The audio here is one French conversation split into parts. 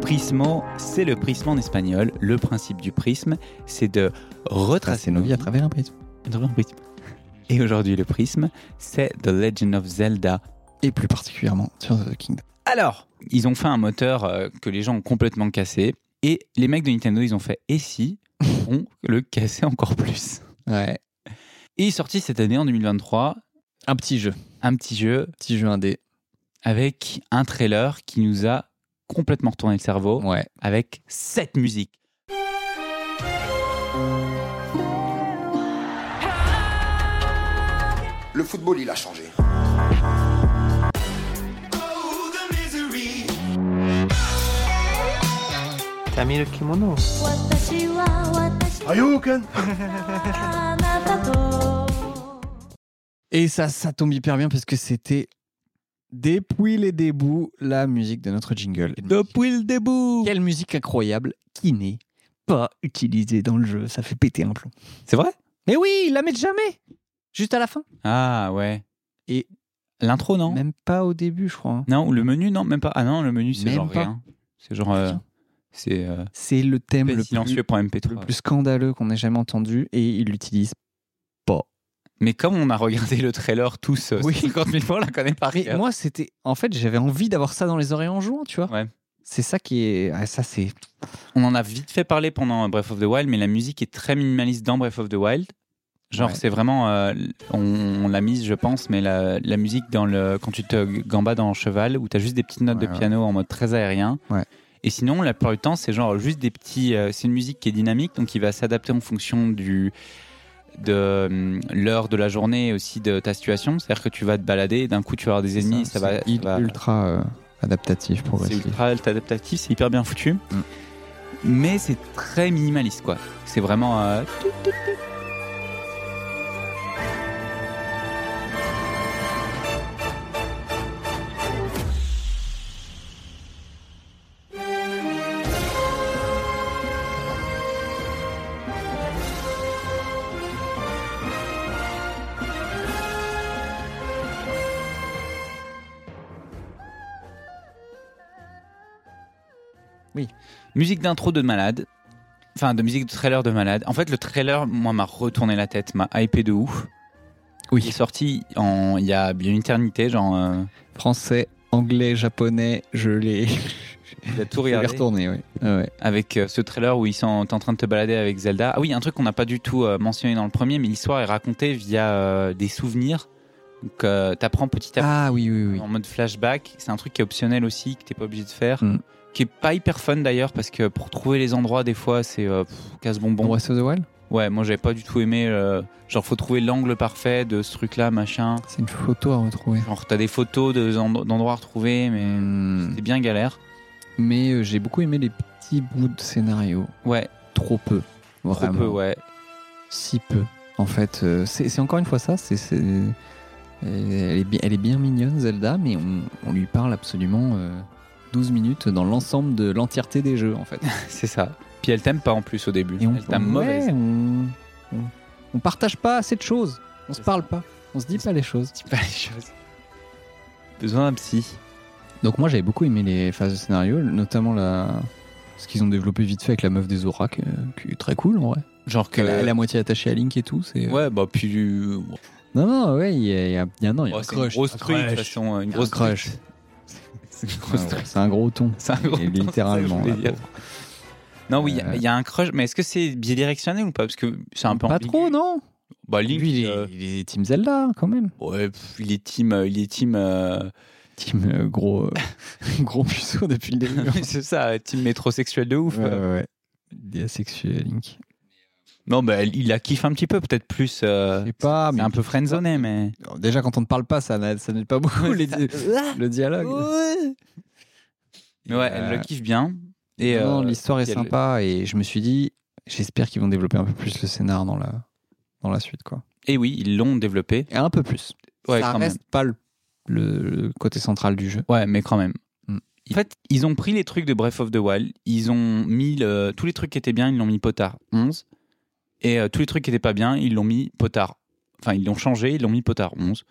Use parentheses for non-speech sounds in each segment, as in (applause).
Prismo, c'est le prisme en espagnol. Le principe du prisme, c'est de retracer Tracer nos vies à travers un prisme. à travers un prisme. Et aujourd'hui, le prisme, c'est The Legend of Zelda. Et plus particulièrement sur The Kingdom. Alors, ils ont fait un moteur euh, que les gens ont complètement cassé. Et les mecs de Nintendo, ils ont fait et si (laughs) on le cassait encore plus Ouais. Et il est sorti cette année, en 2023, Un petit jeu. un petit jeu Petit jeu indé. avec un trailer qui nous a complètement retourné le cerveau Ouais. avec cette musique. Le football, il a changé. T'as mis le kimono. 私は私 Hayouken あなたと Et ça, ça tombe hyper bien parce que c'était depuis les débuts la musique de notre jingle. Depuis le début Quelle musique incroyable qui n'est pas utilisée dans le jeu. Ça fait péter un plomb. C'est vrai Mais oui, ils la mettent jamais. Juste à la fin. Ah ouais. Et- l'intro, non Même pas au début, je crois. hein. Non, ou le menu, non, même pas. Ah non, le menu, c'est Même genre pas. rien. C'est genre. euh, Rien. c'est euh, C'est le thème le plus, silencieux.mp3. le plus scandaleux qu'on ait jamais entendu et ils l'utilisent. Mais comme on a regardé le trailer tous euh, (laughs) Oui. 50 000 fois, on la connaît par Mais cœur. moi, c'était. En fait, j'avais envie d'avoir ça dans les oreilles en jouant, tu vois. Ouais. C'est ça qui est. ah, ça, c'est. On en a vite fait parler pendant Breath of the Wild, mais la musique est très minimaliste dans Breath of the Wild. Genre, Ouais. c'est vraiment. euh, on on l'a mise, je pense, mais la, la musique dans le, quand tu te gambades en cheval, où tu as juste des petites notes Ouais, de ouais. piano en mode très aérien. Ouais. Et sinon, la plupart du temps, c'est genre juste des petits. euh, c'est une musique qui est dynamique, donc qui va s'adapter en fonction du de euh, l'heure de la journée et aussi de ta situation. C'est-à-dire que tu vas te balader, et d'un coup, tu vas avoir des ennemis, ça, va. c'est ça va- ultra euh, adaptatif, c'est progressif. ultra adaptatif, c'est hyper bien foutu. Mais c'est très minimaliste, quoi. C'est vraiment. euh, Musique d'intro de malade. Enfin, de musique de trailer de malade. En fait, le trailer, moi, m'a retourné la tête, m'a hypé de ouf. Oui. Il est sorti en, il y a bien une éternité, genre. euh, Français, anglais, japonais, je l'ai. il a tout je l'ai regardé. retourné, oui. Ah ouais. Avec euh, ce trailer où ils sont t'es en train de te balader avec Zelda. Ah oui, un truc qu'on n'a pas du tout euh, mentionné dans le premier, mais l'histoire est racontée via euh, des souvenirs. Donc, euh, t'apprends petit à petit. Ah oui, oui, oui. en mode flashback. C'est un truc qui est optionnel aussi, que t'es pas obligé de faire. Mm. Qui est pas hyper fun d'ailleurs, parce que pour trouver les endroits, des fois, c'est euh, pff, Bon, casse-bonbon. Breath of the Wild, Ouais, moi j'avais pas du tout aimé. euh, genre, faut trouver l'angle parfait de ce truc-là, machin. c'est une photo à retrouver. Genre, t'as des photos de- d'endroits à retrouver, mais Hmm. c'est bien galère. Mais euh, j'ai beaucoup aimé les petits bouts de scénario. Ouais, Trop peu. trop Vraiment. peu, ouais. (laughs) Si peu. En fait, euh, c'est c'est encore une fois ça. c'est c'est- euh, Elle, est bien, elle est bien mignonne, Zelda, mais on, on lui parle absolument euh, 12 minutes dans l'ensemble de l'entièreté des jeux, en fait. c'est ça. Puis elle t'aime pas en plus au début. Et on, elle t'aime ouais, mauvaise. on, on- on partage pas assez de choses. On se C'est parle pas. On se dit pas les choses. Dis (laughs) pas les choses. Besoin d'un psy. Donc moi j'avais beaucoup aimé les phases de scénario, notamment la... ce qu'ils ont développé vite fait avec la meuf des oracles, qui est très cool en vrai. Genre que. Elle est à moitié attachée à Link et tout. C'est... Ouais, bah puis. euh, bon, Non, non, ouais, il y a, il y a- il y a- non, il y a oh, un c'est une crush. grosse Un truc, de toute crush. façon. euh, Une Un grosse crush. truc. (laughs) C'est une Ah grosse ouais, truc. C'est un (laughs) gros ton. C'est un gros Et temps, c'est ça que je littéralement. voulais là, dire. pour- Non, oui, il y a- Euh, il y, a un crush, mais est-ce que c'est bidirectionnel ou pas Parce que c'est un peu Pas ambigu. trop, non Bah, Link, Lui, il est, euh, il est Team Zelda quand même. ouais, pff, il est team. euh, Il est team euh, (laughs) Team euh, gros, euh, (laughs) gros puceau depuis (laughs) le début. mais c'est ça, team métrosexuel de ouf. ouais, ouais, ouais. Il est asexué, Link. Non, bah, il la kiffe un petit peu, peut-être plus. euh, Je sais pas, c'est mais un peu friendzoné, mais. Alors, Déjà, quand on ne parle pas, ça n'a- ça n'aide pas (laughs) beaucoup les- le dialogue. euh, Mais ouais, elle le kiffe bien. Et, non, euh, l'histoire est puis elle- sympa et je me suis dit, j'espère qu'ils vont développer un peu plus le scénar dans la, dans la suite. Quoi. Et oui, ils l'ont développé. Et un peu plus. Ouais, ça quand reste pas le, le côté central du jeu. Ouais, mais quand même. Mm. En fait, ils ont pris les trucs de Breath of the Wild, ils ont mis le- tous les trucs qui étaient bien, ils l'ont mis potard 11. Et euh, tous les trucs qui étaient pas bien, ils l'ont mis potard. Enfin, ils l'ont changé, ils l'ont mis potard 11.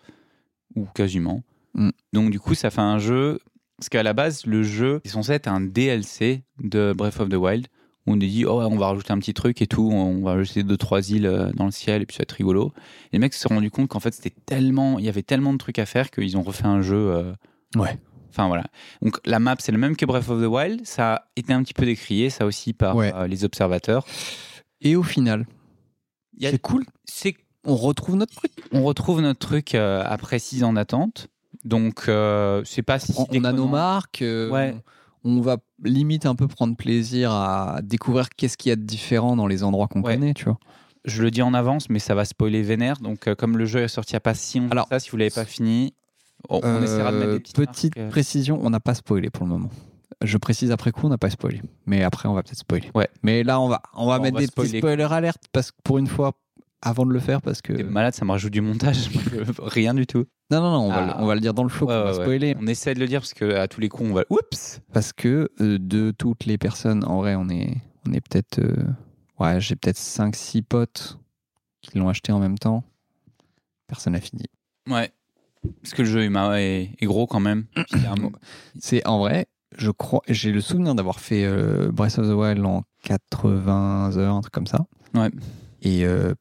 Ou quasiment. Mm. Donc, du coup, ça fait un jeu Parce qu'à la base, le jeu est censé être un DLC de Breath of the Wild. Où on nous dit, oh, ouais, on va rajouter un petit truc et tout, on va rajouter deux, trois îles euh, dans le ciel et puis ça va être rigolo. Et les mecs se sont rendus compte qu'en fait, c'était tellement, il y avait tellement de trucs à faire qu'ils ont refait un jeu. euh, Ouais. Enfin voilà. Donc la map, c'est le même que Breath of the Wild. Ça a été un petit peu décrié, ça aussi, par Ouais. euh, les observateurs. Et au final, Il y a- c'est cool. c'est On retrouve notre truc. on retrouve notre truc euh, après six ans d'attente. Donc, euh, c'est pas si. On, on a déconnant. nos marques. euh, Ouais. On on va limite un peu prendre plaisir à découvrir qu'est-ce qu'il y a de différent dans les endroits qu'on Ouais. connaît, tu vois. Je le dis en avance, mais ça va spoiler vénère. Donc, euh, comme le jeu est sorti il n'y a pas si longtemps, Alors, euh, que ça, si vous l'avez pas fini, on, on essaiera de mettre des petites. Petite marques, euh. précision, on n'a pas spoilé pour le moment. Je précise après coup, on n'a pas spoilé. Mais après, on va peut-être spoiler. Ouais. Mais là, on va, on va On mettre va des petits spoiler. spoilers alertes parce que pour une fois, avant de le faire, parce que. T'es malade, ça me rajoute du montage. (laughs) Rien du tout. Non, non, non, on, va, Ah. le- on va le dire dans le flow, Ouais, qu'on va ouais, ouais. spoiler. On essaie de le dire parce que à tous les coups, on va. Oups Parce que euh, de toutes les personnes, en vrai, on est, on est peut-être. euh, ouais, j'ai peut-être 5-6 potes qui l'ont acheté en même temps. Personne n'a fini. Ouais. Parce que le jeu Emma, est, est gros quand même. Puis il y a un- C'est en vrai, je crois, j'ai le souvenir d'avoir fait euh, Breath of the Wild en 80 heures, un truc comme ça. Ouais. Et euh,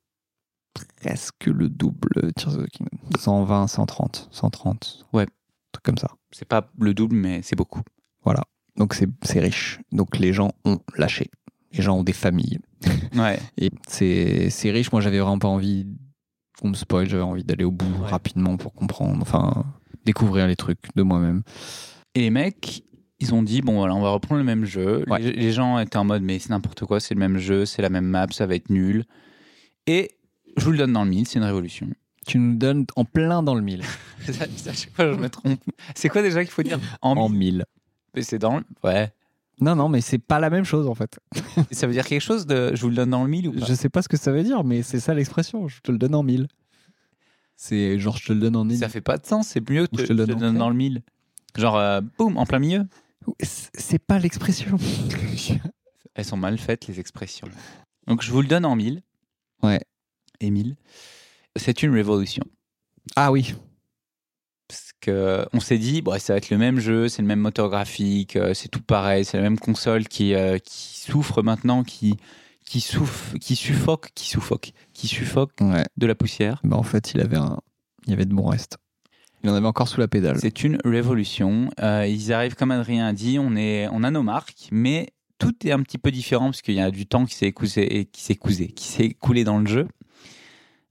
presque le double Tears of the Kingdom. 120, 130, 130. Ouais. Un truc comme ça. C'est pas le double, mais c'est beaucoup. Donc c'est c'est riche. Donc les gens ont lâché. Les gens ont des familles. Ouais. Et c'est c'est riche. Moi, j'avais vraiment pas envie qu'on me spoil. J'avais envie d'aller au bout Ouais. rapidement pour comprendre. Enfin, découvrir les trucs de moi-même. Et les mecs, ils ont dit, bon voilà, on va reprendre le même jeu. Les- Ouais. Les, gens étaient en mode, mais c'est n'importe quoi, c'est le même jeu, c'est la même map, ça va être nul. Et je vous le donne dans le mille, c'est une révolution. Tu nous donnes en plein dans le mille. Ça- ça, à chaque fois, je me trompe. C'est quoi déjà qu'il faut dire En, En mille mille. Mais C'est dans le... Ouais. Non, non, mais c'est pas la même chose en fait. ça veut dire quelque chose de... Je vous le donne dans le mille ou pas Je sais pas ce que ça veut dire, mais c'est ça l'expression. Je te le donne en mille. C'est genre je te le donne en mille. Ça fait pas de sens, c'est mieux que Ou je te le donne en dans le mille. Genre, euh, boum, en plein milieu. C'est pas l'expression. (laughs) Elles sont mal faites, les expressions. Donc je vous le donne en mille. Ouais. Et mille. C'est une révolution. ah oui. parce que on s'est dit bah, ça va être le même jeu, c'est le même moteur graphique, euh, c'est tout pareil, c'est la même console qui, euh, qui souffre maintenant, qui qui souffre, qui suffoque, qui suffoque, qui suffoque Ouais. de la poussière. Bah en fait, il avait un, il y avait de bon reste. Il en avait encore sous la pédale. C'est une révolution. Euh, ils arrivent comme Adrien a dit, on est on a nos marques, mais tout est un petit peu différent parce qu'il y a du temps qui s'est écousé, qui s'est écousé, qui s'est écoulé dans le jeu.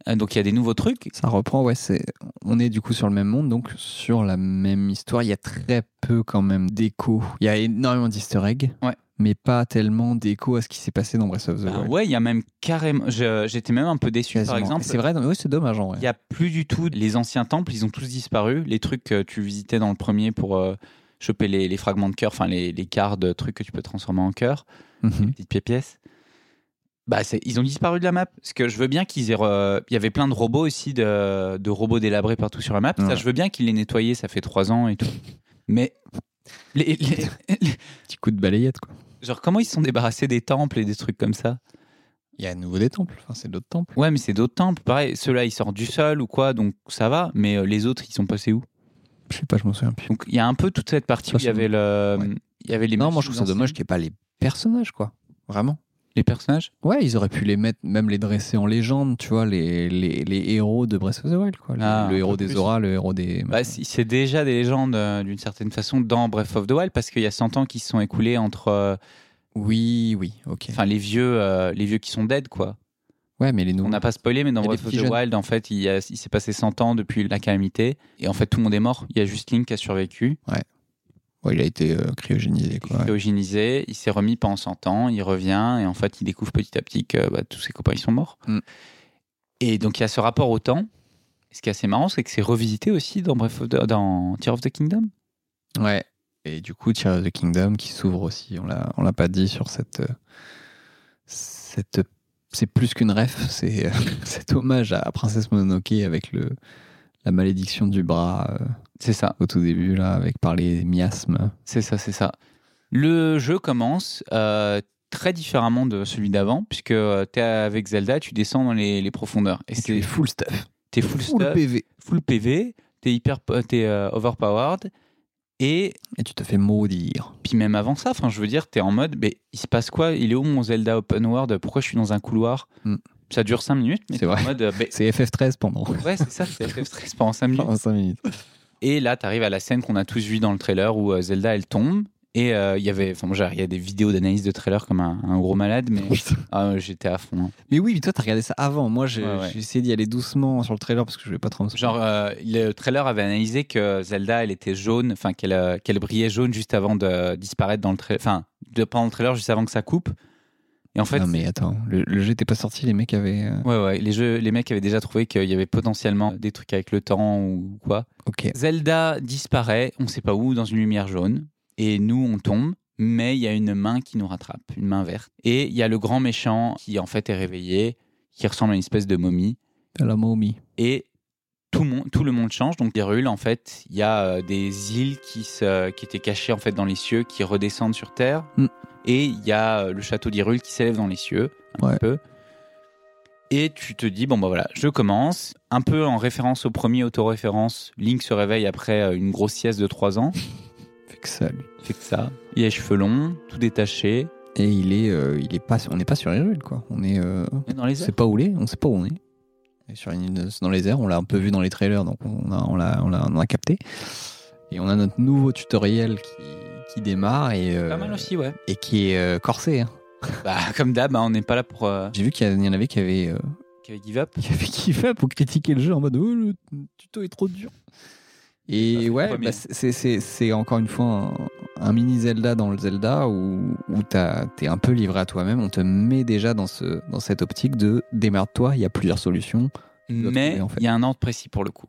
Euh, donc il y a des nouveaux trucs. Ça reprend. Ouais, c'est. On est du coup sur le même monde, donc sur la même histoire. Il y a très peu quand même d'écho. Il y a énormément d'Easter eggs. Ouais. Mais pas tellement d'écho à ce qui s'est passé dans Breath of the Bah Wild. ouais, il y a même carrément. je- J'étais même un peu déçu Quasiment. par Et exemple. C'est vrai. non, mais oui, c'est dommage en vrai. Il n'y a plus du tout les anciens temples, ils ont tous disparu. Les trucs que tu visitais dans le premier pour euh, choper les, les fragments de cœur, enfin les, les quarts de trucs que tu peux transformer en cœur, Mhm. les petites pièces. Bah, c'est- ils ont disparu de la map. Parce que je veux bien qu'ils aient. re- Il y avait plein de robots aussi, de, de robots délabrés partout sur la map. Ça, Ouais. je veux bien qu'ils les nettoyaient, ça fait trois ans et tout. Mais. les- les- les- Petit coup de balayette quoi. genre, comment ils se sont débarrassés des temples et des trucs comme ça Il y a à nouveau des temples. Enfin, c'est d'autres temples. Ouais, mais c'est d'autres temples. Pareil, ceux-là, ils sortent du sol ou quoi, donc ça va. Mais euh, les autres, ils sont passés où Je sais pas, je m'en souviens plus. Donc il y a un peu toute cette partie où il y avait le, Ouais. il y avait les. non, moi je machines trouve ça dommage anciennes. qu'il n'y ait pas les personnages, quoi. Vraiment. Les personnages. Ouais, ils auraient pu les mettre, même les dresser en légende, tu vois, les, les, les héros de Breath of the Wild, quoi. Le, Ah, le un héros peu des plus. auras, le héros des. Bah, c'est c'est déjà des légendes euh, d'une certaine façon dans Breath of the Wild parce qu'il y a 100 ans qui se sont écoulés entre, euh, Oui, oui, ok. enfin les vieux, euh, les vieux qui sont dead quoi. ouais, mais les On nouveaux. n'a pas spoilé, mais dans Il y a des Breath of the petits jeunes. Wild, en fait, il, y a- il s'est passé 100 ans depuis la calamité et en fait tout le monde est mort. Il y a juste Link qui a survécu, Ouais, il a été euh, cryogénisé, quoi. cryogénisé, il s'est remis pendant 100 ans, il revient et en fait il découvre petit à petit que bah, tous ses copains ils sont morts. Mm. Et donc il y a ce rapport au temps. Ce qui est assez marrant, c'est que c'est revisité aussi dans, Breath of the- dans Tear of the Kingdom. Ouais. Et du coup, Tears of the Kingdom qui s'ouvre aussi, on l'a, on l'a pas dit sur cette. euh, cette c'est plus qu'une ref, c'est euh, (laughs) cet hommage à Princesse Mononoke avec le, la malédiction du bras. euh, C'est ça, au tout début, là, avec par les miasmes. c'est ça, c'est ça. Le jeu commence euh, très différemment de celui d'avant, puisque tu es avec Zelda, tu descends dans les, les profondeurs. Et c'est full stuff. t'es full, Full stuff, PV. full PV, t'es hyper, t'es euh, overpowered, Et Et tu te fais maudire. puis même avant ça, enfin, je veux dire, t'es en mode, mais il se passe quoi Il est où mon Zelda Open World Pourquoi je suis dans un couloir Mm. Ça dure 5 minutes, mais C'est t'es en vrai. mode, euh, (laughs) mais- C'est FF13 pendant ouais, c'est ça, c'est FF stress (laughs) pendant 5 (laughs) minutes. 5 minutes. Et là, tu arrives à la scène qu'on a tous vue dans le trailer où euh, Zelda, elle tombe. Et euh, il y avait, enfin, moi, j'ai- il y a des vidéos d'analyse de trailer comme un, un gros malade, mais ah, euh, j'étais à fond. hein. Mais oui, mais toi, t'as regardé ça avant. Moi, j'ai Ouais, ouais. j'ai essayé d'y aller doucement sur le trailer parce que je voulais pas trop me Genre, euh, le trailer avait analysé que Zelda, elle était jaune, enfin, qu'elle euh, qu'elle brillait jaune juste avant de disparaître dans le trailer, enfin, de pendant le trailer juste avant que ça coupe. Et en fait, Non, mais attends, le, le jeu était pas sorti, les mecs avaient. euh, ouais, ouais, les, jeux, les mecs avaient déjà trouvé qu'il y avait potentiellement des trucs avec le temps ou quoi. Ok. Zelda disparaît, on sait pas où, dans une lumière jaune. Et nous, on tombe, mais il y a une main qui nous rattrape, une main verte. Et il y a le grand méchant qui, en fait, est réveillé, qui ressemble à une espèce de momie. À la momie. Et tout, le monde- tout le monde change. Donc, Hyrule, en fait, il y a euh, des îles qui, se, qui étaient cachées, en fait, dans les cieux, qui redescendent sur Terre. Mm. Et il y a euh, le château d'Hyrule qui s'élève dans les cieux, un Ouais. petit peu. Et tu te dis, bon, bah voilà, je commence. Un peu en référence au premier autoréférence, Link se réveille après euh, une grosse sieste de 3 ans. Fait que ça, lui. Fait que ça. Il a les cheveux longs, tout détaché. Et il est, euh, il est pas, sur- on n'est pas sur les rues, quoi. On est, euh, Et Dans les on airs. sait pas où il est, on sait pas où on est. Et sur une île dans les airs, on l'a un peu vu dans les trailers, donc on a, on l'a, on l'a, on a capté. Et on a notre nouveau tutoriel qui, qui démarre et, euh, Pas mal aussi, ouais. et qui est euh, corsé. hein. Bah, comme d'hab, hein, on n'est pas là pour. euh, J'ai vu qu'il y en avait qui avaient, euh, (laughs) qu'il y avait give up. qui avaient kiffé pour critiquer le jeu en mode oh, le tuto est trop dur. Ça fait Et pas ouais, bien. bah, c'est- c'est- c'est c'est encore une fois un, un mini Zelda dans le Zelda où, où t'as- t'es un peu livré à toi-même. On te met déjà dans, ce, dans cette optique de démarre-toi, il y a plusieurs solutions. dois Mais il trouver, en fait. y a un ordre précis pour le coup.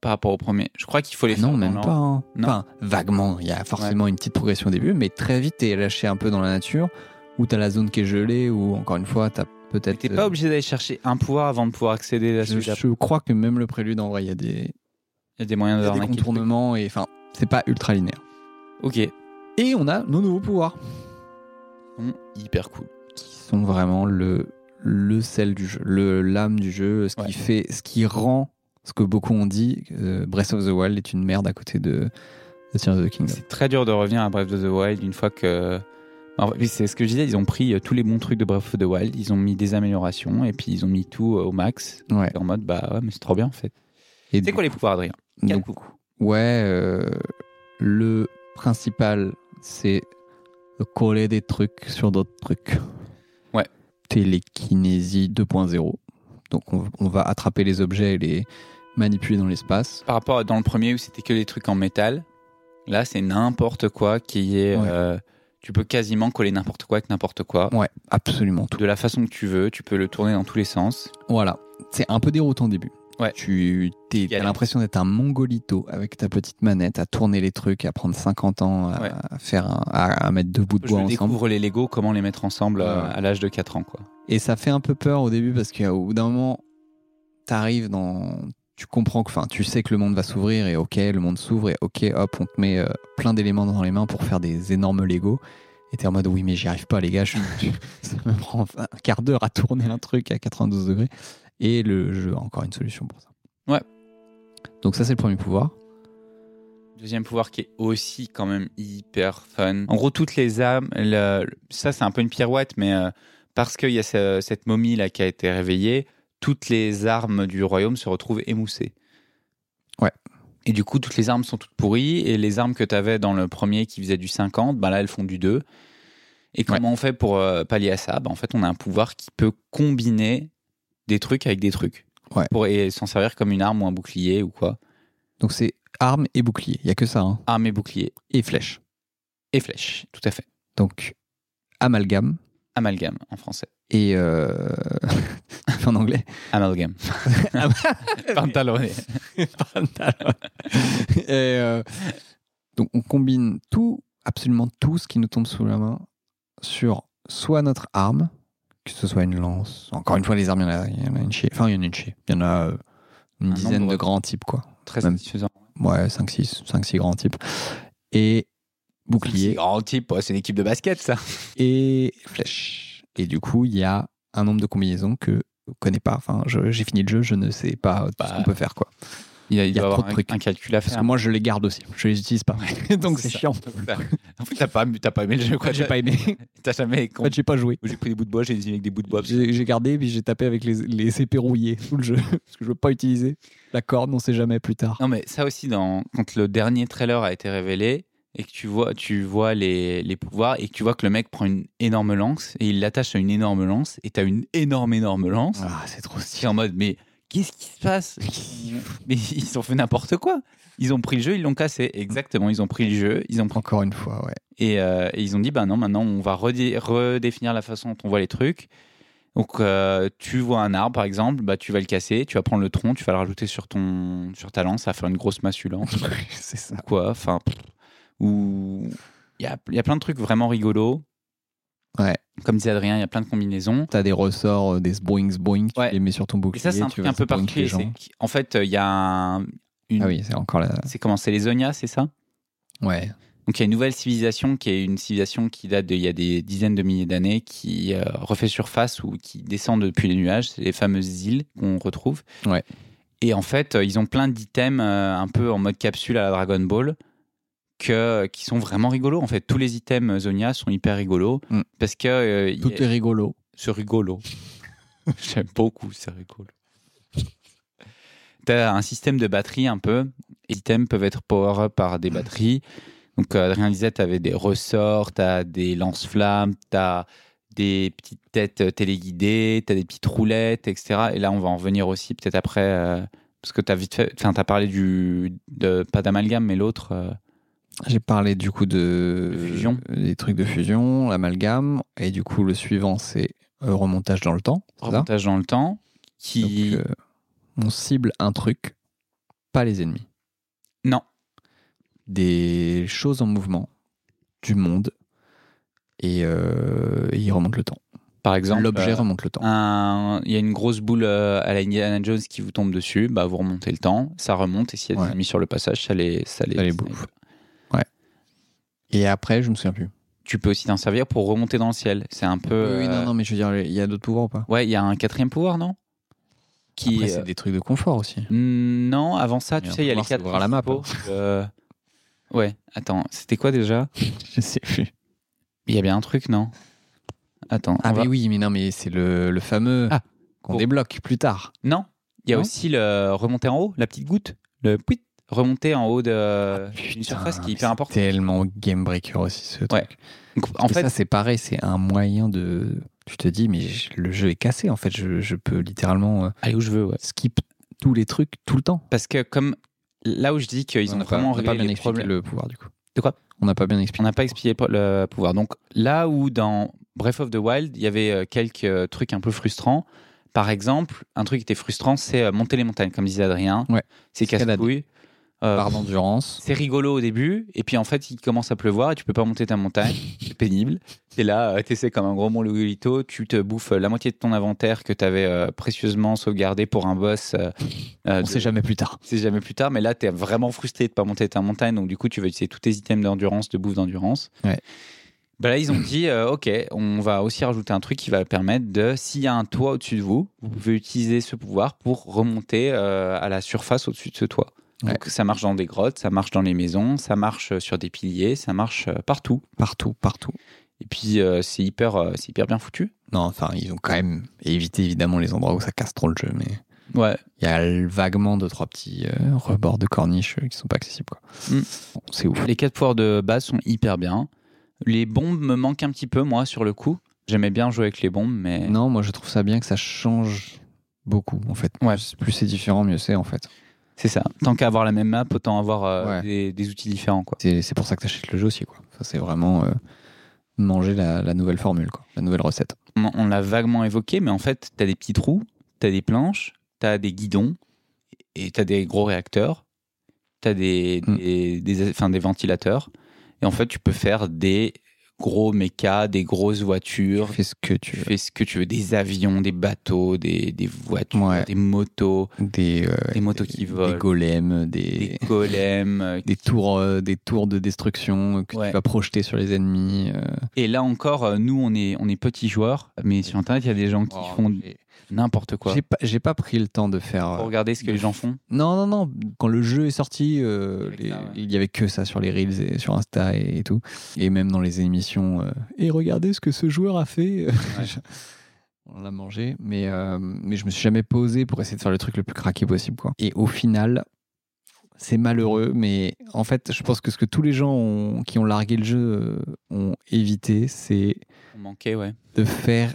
Par rapport au premier. Je crois qu'il faut les Ah non, faire. même dans pas. l'ordre. hein. Non. Enfin, vaguement, il y a forcément une petite progression au début, mais très vite, t'es lâché un peu dans la nature où t'as la zone qui est gelée, où encore une fois, t'as peut-être. T'es euh, pas obligé d'aller chercher un pouvoir avant de pouvoir accéder à je, celui-là. je crois que même le prélude, en vrai, il y a des, Il y a des moyens il y de a des l'arnaquer. contournements et enfin, c'est pas ultra linéaire. Ok. Et on a nos nouveaux pouvoirs Bon, hyper cool. qui sont vraiment le le sel du jeu, le l'âme du jeu, ce qui Ouais. fait, ce qui rend ce que beaucoup ont dit, euh, Breath of the Wild est une merde à côté de, de Tears of the Kingdom. C'est très dur de revenir à Breath of the Wild une fois que. bah, En fait, C'est ce que je disais, ils ont pris euh, tous les bons trucs de Breath of the Wild, ils ont mis des améliorations et puis ils ont mis tout euh, au max. Ouais. Et en mode, bah ouais, mais c'est trop bien en fait. Et C'est donc- quoi les pouvoirs, Adrien Quel donc, coucou Ouais, euh, le principal, c'est coller des trucs sur d'autres trucs. Ouais. Télékinésie 2.0. Donc on, on va attraper les objets et les manipuler dans l'espace. Par rapport à dans le premier où c'était que des trucs en métal, là c'est n'importe quoi qui est. Ouais. euh, tu peux quasiment coller n'importe quoi avec n'importe quoi. Ouais, absolument tout. de la façon que tu veux, tu peux le tourner dans tous les sens. Voilà. C'est un peu déroutant au début. Ouais. Tu t'es- Galère. t'as l'impression d'être un mongolito avec ta petite manette à tourner les trucs, à prendre 50 ans, à, Ouais. à faire un- à, à mettre deux bouts de Je bois ensemble. découvre les Lego, comment les mettre ensemble euh, Ouais. à l'âge de 4 ans. Quoi. Et ça fait un peu peur au début parce qu'au bout d'un moment, t'arrives dans. Tu comprends que. Enfin, tu sais que le monde va s'ouvrir et ok, le monde s'ouvre et ok, hop, on te met euh, plein d'éléments dans les mains pour faire des énormes Lego. Et t'es en mode oui, mais j'y arrive pas, les gars. je- (laughs) ça me prend un quart d'heure à tourner un truc à 92 degrés. Et le jeu a encore une solution pour ça. Ouais. Donc, ça, c'est le premier pouvoir. Deuxième pouvoir qui est aussi quand même hyper fun. En gros, toutes les âmes, le- ça c'est un peu une pirouette, mais euh, parce qu'il y a ce- cette momie là qui a été réveillée, toutes les armes du royaume se retrouvent émoussées. Ouais. Et du coup, toutes les armes sont toutes pourries, et les armes que tu avais dans le premier qui faisaient du 50, ben là elles font du 2. Et comment on fait pour euh, pallier à ça Ben, En fait, on a un pouvoir qui peut combiner des trucs avec des trucs. Ouais. Pour, et s'en servir comme une arme ou un bouclier ou quoi. Donc, c'est armes et bouclier. Il y a que ça. hein. Arme et bouclier Et flèches. et flèche, tout à fait. Donc, amalgame. Amalgame en français. Et. euh, (laughs) en anglais. Amalgame. Pantalonné. (laughs) Pantalone. Et, euh, donc on combine tout, absolument tout ce qui nous tombe sous la main sur soit notre arme, que ce soit une lance. Encore une fois, les armes, il y en a, il y en a une chier. Enfin, il y en a une chier. Il y en a euh, une Un dizaine nombre. de grands types, quoi. Très Même satisfaisant. Ouais, 5-6 cinq, six grands types. Et C'est bouclier grand type, ouais, c'est une équipe de basket ça. et flèche. Et du coup, il y a un nombre de combinaisons que je connais pas. Enfin, je- j'ai fini le jeu, je ne sais pas tout ce Bah, qu'on peut faire, quoi. Il, a- il Il y a doit trop avoir de un, trucs. un calcul à Parce faire. que moi, je les garde aussi. Je les utilise pas. (laughs) Donc c'est ça. chiant. (laughs) En fait, t'as pas, t'as pas aimé le jeu, En fait, quoi. j'ai pas aimé. En T'as jamais. compris. fait, j'ai pas joué. J'ai pris des bouts de bois, j'ai dessiné avec des bouts de bois. parce que- J'ai j'ai gardé puis j'ai tapé avec les, les épées rouillées tout le jeu (laughs) parce que je veux pas utiliser la corde. On sait jamais plus tard. Non, mais ça aussi, dans... quand le dernier trailer a été révélé et que tu vois, tu vois les, les pouvoirs et que tu vois que le mec prend une énorme lance et il l'attache à une énorme lance et t'as une énorme, énorme lance. Ah, c'est trop C'est en mode, mais qu'est-ce qui se passe Mais (laughs) ils ont fait n'importe quoi. Ils ont pris le jeu, ils l'ont cassé. Exactement, ils ont pris le jeu, ils ont pris. Encore une fois, (laughs) ouais. Et, euh, et ils ont dit, bah non, maintenant on va redé- redéfinir la façon dont on voit les trucs. Donc euh, tu vois un arbre par exemple, bah tu vas le casser, tu vas prendre le tronc, tu vas le rajouter sur ton sur ta lance, ça va faire une grosse massue lance c'est ça. ou quoi. Enfin, pff, ou il y a, il y a plein de trucs vraiment rigolos. Ouais. Comme disait Adrien, il y a plein de combinaisons. T'as des ressorts, euh, des boings boings, tu Ouais. les mets sur ton Et bouclier. ça c'est un tu truc vas un peu zboing les particulier. gens. c'est qu'en fait euh, il y a un- une Ah oui, c'est encore la. c'est comment c'est les Zonia, c'est ça Ouais. Donc il y a une nouvelle civilisation qui est une civilisation qui date d'il y a des dizaines de milliers d'années, qui euh, refait surface ou qui descend depuis les nuages. C'est les fameuses îles qu'on retrouve. Ouais. Et en fait, euh, ils ont plein d'items euh, un peu en mode capsule à la Dragon Ball que, euh, qui sont vraiment rigolos. En fait, tous les items euh, Zonia sont hyper rigolos Mm. parce que euh, il y Tout a- est rigolo. c'est rigolo. (laughs) J'aime beaucoup, c'est rigolo. T'as un système de batterie un peu. Les items peuvent être power up par des batteries. Donc, euh, Adrien disait, t'avais des ressorts, t'as des lance-flammes, t'as des petites têtes euh, téléguidées, t'as des petites roulettes, etc. Et là, on va en revenir aussi peut-être après, euh, parce que t'as vite fait, enfin, t'as parlé du, de, pas d'amalgame, mais l'autre, euh, J'ai parlé du coup de, De fusion. euh, des trucs de fusion, l'amalgame, et du coup le suivant c'est euh, remontage dans le temps. c'est ça remontage dans le temps, qui, Donc, euh, on cible un truc, pas les ennemis. Non. Des choses en mouvement, du monde, et, euh, et il remonte le temps. par exemple, L'objet euh, remonte le temps. un- il y a une grosse boule euh, à la Indiana Jones qui vous tombe dessus, bah vous remontez le temps, ça remonte, et s'il y a Ouais. des ennemis sur le passage, ça les, ça les, Ça les ça les- bouffe. Et après, je me souviens plus. Tu peux aussi t'en servir pour remonter dans le ciel. C'est un peu. Oui, oui, euh, non, non, mais je veux dire, il y a d'autres pouvoirs ou pas Ouais, il y a un quatrième pouvoir, non Qui Après, euh, c'est des trucs de confort (laughs) aussi. Mm, Non, avant ça, Mais tu on sais, il y a peut les voir, c'est quatre ouvrir la map, hein. principaux, euh, Ouais, attends, c'était quoi déjà Je sais plus. Il y a bien un truc, non Attends. Ah on va- mais oui, mais non, mais c'est le, le fameux Ah, qu'on bon. débloque plus tard. Non, il y a Non aussi le remonter en haut, la petite goutte, le pouit, remonter en haut de d'une surface qui est Ah, mais hyper c'est important. Tellement game breaker aussi ce truc. Ouais. Donc, En fait, ça c'est pareil, c'est un moyen de. Tu te dis, mais je- le jeu est cassé. En fait, je, je peux littéralement euh, aller où je veux, ouais. skip tous les trucs tout le temps. Parce que comme là où je dis qu'ils On ont n'a pas- vraiment on n'a pas, réglé bien les expliqué problèmes, le pouvoir du coup. De quoi On n'a pas bien on expliqué. n'a pas expliqué po- le pouvoir. Donc là où dans Breath of the Wild, il y avait euh, quelques euh, trucs un peu frustrants. Par exemple, un truc qui était frustrant, c'est euh, monter les montagnes, comme disait Adrien. Ouais. C'est Escalader. casse-couille. Euh, Par d'endurance. c'est rigolo au début, et puis en fait, il commence à pleuvoir et tu peux pas monter ta montagne. (laughs) C'est pénible. Et là, euh, t'essaies comme un gros monolito, tu te bouffes euh, la moitié de ton inventaire que t'avais euh, précieusement sauvegardé pour un boss. euh, euh, On de- sait jamais plus tard. c'est jamais plus tard, mais là, tu es vraiment frustré de pas monter ta montagne, donc du coup, tu vas utiliser tous tes items d'endurance, de bouffe d'endurance. Ouais. Bah là, ils ont dit, euh, ok, on va aussi rajouter un truc qui va permettre de, s'il y a un toit au-dessus de vous, vous pouvez utiliser ce pouvoir pour remonter euh, à la surface au-dessus de ce toit. Ouais. Donc ça marche dans des grottes, ça marche dans les maisons, ça marche euh, sur des piliers, ça marche euh, partout. Partout, partout. Et puis euh, c'est hyper, euh, c'est hyper bien foutu. Non, enfin, ils ont quand même évité évidemment les endroits où ça casse trop le jeu, mais. Ouais. Il y a l- vaguement deux, trois petits euh, rebords de corniche euh, qui sont pas accessibles. quoi. Mm. Bon, C'est ouf. Les quatre pouvoirs de base sont hyper bien. Les bombes me manquent un petit peu, moi, sur le coup. J'aimais bien jouer avec les bombes, mais Non, moi je trouve ça bien que ça change beaucoup en fait. Ouais. Plus- Plus c'est différent, mieux c'est en fait. C'est ça. Tant qu'à avoir la même map, autant avoir euh, Ouais. des, des outils différents. Quoi. C'est c'est pour ça que t'achètes le jeu aussi. quoi. Enfin, c'est vraiment euh, manger la, la nouvelle formule, quoi, la nouvelle recette. On, on l'a vaguement évoqué, mais en fait, t'as des petits trous, t'as des planches, t'as des guidons, et t'as des gros réacteurs, t'as des, Mm. des, des- enfin, des ventilateurs. Et en fait, tu peux faire des gros mécas, des grosses voitures. Fais ce que tu Tu veux. fais ce que tu veux, des avions, des bateaux, des, des voitures, Ouais. des motos, Des, euh, Des motos qui volent. Des golems, des, des golems. euh, (laughs) des tours, euh, des tours de destruction euh, que Ouais. tu vas projeter sur les ennemis. euh. Et là encore, euh, nous, on est, on est petits joueurs, mais sur Internet, il y a des gens qui font J'ai- n'importe quoi. Oh, J'ai pas, j'ai pas pris le temps de faire. euh, Pour regarder ce que les gens font. Non, non, non. Quand le jeu est sorti, euh, Il y avait que les- ça, ouais. il y avait que ça sur les reels et sur Insta et, et tout. Et même dans les émissions. euh, et regardez ce que ce joueur a fait. (laughs) On l'a mangé, mais, euh, mais je me suis jamais posé pour essayer de faire le truc le plus craqué possible. Quoi. Et au final, c'est malheureux, mais en fait, je pense que ce que tous les gens ont- qui ont largué le jeu euh, ont évité, c'est On manquait, ouais. de faire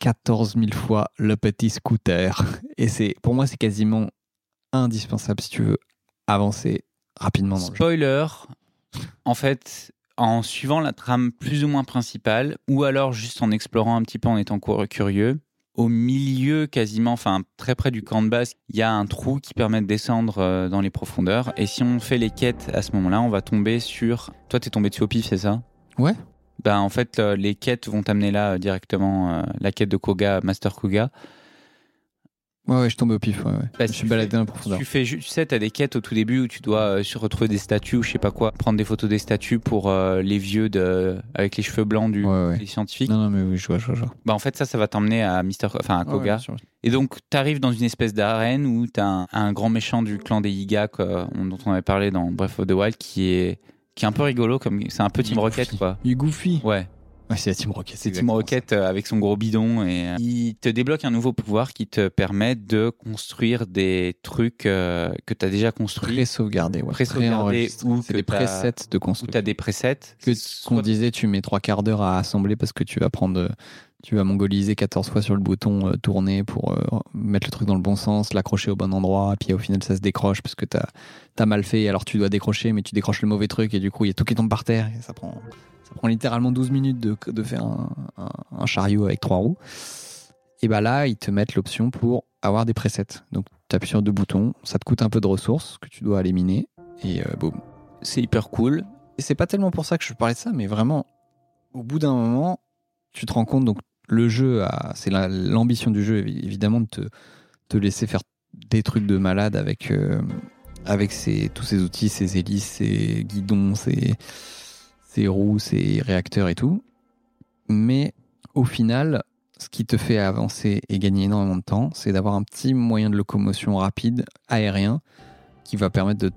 14 000 fois le petit scooter. Et c'est, pour moi, c'est quasiment indispensable si tu veux avancer rapidement dans le jeu. Spoiler, en fait, en suivant la trame plus ou moins principale, ou alors juste en explorant un petit peu en étant cour- curieux, au milieu quasiment, enfin très près du camp de base, il y a un trou qui permet de descendre euh, dans les profondeurs. Et si on fait les quêtes à ce moment-là, on va tomber sur... Toi, t'es tombé dessus au pif, c'est ça Ouais. Bah, en fait, euh, les quêtes vont t'amener là euh, directement, euh, la quête de Koga, Master Koga. Ouais, ouais, je tombe au pif. ouais, ouais. Bah, je si suis tu baladé fais- dans la profondeur. Tu fais, ju- tu sais, t'as des quêtes au tout début où tu dois euh, se retrouver des statues ou je sais pas quoi, prendre des photos des statues pour euh, les vieux de, avec les cheveux blancs du Ouais, ouais. les scientifiques. Non, non, mais oui, je vois, je vois. Je vois. Bah en fait ça, ça va t'emmener à Mister, enfin à Ouais, ouais, Koga. bien sûr. Et donc t'arrives dans une espèce d'arène où t'as un, un grand méchant du clan des Yiga quoi, on- dont on avait parlé dans Breath of the Wild qui est qui est un peu rigolo comme c'est un peu Team Il est Rocket goofy. quoi. Il est goofy. Ouais, Ouais, c'est la Team Rocket. c'est Team Rocket euh, avec son gros bidon et euh, il te débloque un nouveau pouvoir qui te permet de construire des trucs euh, que t'as déjà construits. Pré-sauvegardé. Ouais. Pré-sauvegardé Pré-enregistré. ou c'est que des t'as- presets de où tu as construction. des presets. Que Soit- qu'on disait, tu mets trois quarts d'heure à assembler parce que tu vas prendre, euh, tu vas mongoliser 14 fois sur le bouton euh, tourner pour euh, mettre le truc dans le bon sens, l'accrocher au bon endroit, et puis au final ça se décroche parce que t'as as mal fait, alors tu dois décrocher, mais tu décroches le mauvais truc et du coup il y a tout qui tombe par terre. Et ça prend, ça prend littéralement 12 minutes de, de faire un, un- un chariot avec trois roues. Et bah là, ils te mettent l'option pour avoir des presets. Donc tu appuies sur deux boutons, ça te coûte un peu de ressources que tu dois aller miner, et euh, boum. C'est hyper cool. Et c'est pas tellement pour ça que je parlais de ça, mais vraiment, au bout d'un moment, tu te rends compte, donc le jeu, a- c'est la- l'ambition du jeu, évi- évidemment, de te, te laisser faire des trucs de malade avec, euh, avec ses- tous ces outils, ces hélices, ces guidons, ces, ces roues, ces réacteurs et tout. Mais au final, ce qui te fait avancer et gagner énormément de temps, c'est d'avoir un petit moyen de locomotion rapide, aérien, qui va permettre de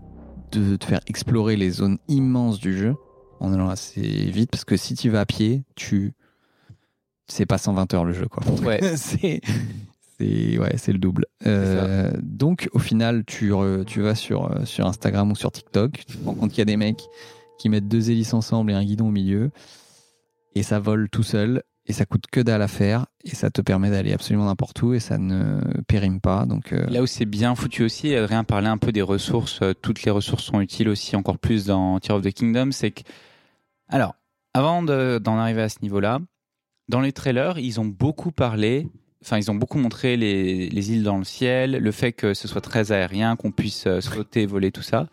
de te faire explorer les zones immenses du jeu en allant assez vite parce que si tu vas à pied, tu c'est pas 120 heures le jeu quoi. Ouais. (laughs) c'est c'est ouais, c'est le double. Euh, donc au final, tu re- tu vas sur euh, sur Instagram ou sur TikTok, tu te rends compte qu'il y a des mecs qui mettent deux hélices ensemble et un guidon au milieu et ça vole tout seul et ça coûte que dalle à faire et ça te permet d'aller absolument n'importe où et ça ne périme pas donc euh, Là où c'est bien foutu aussi, et Adrien parlait un peu des ressources, euh, toutes les ressources sont utiles aussi encore plus dans Tear of the Kingdom, c'est que... Alors, avant de- d'en arriver à ce niveau-là, dans les trailers, ils ont beaucoup parlé, enfin ils ont beaucoup montré les, les îles dans le ciel, le fait que ce soit très aérien, qu'on puisse euh, sauter, voler, tout ça.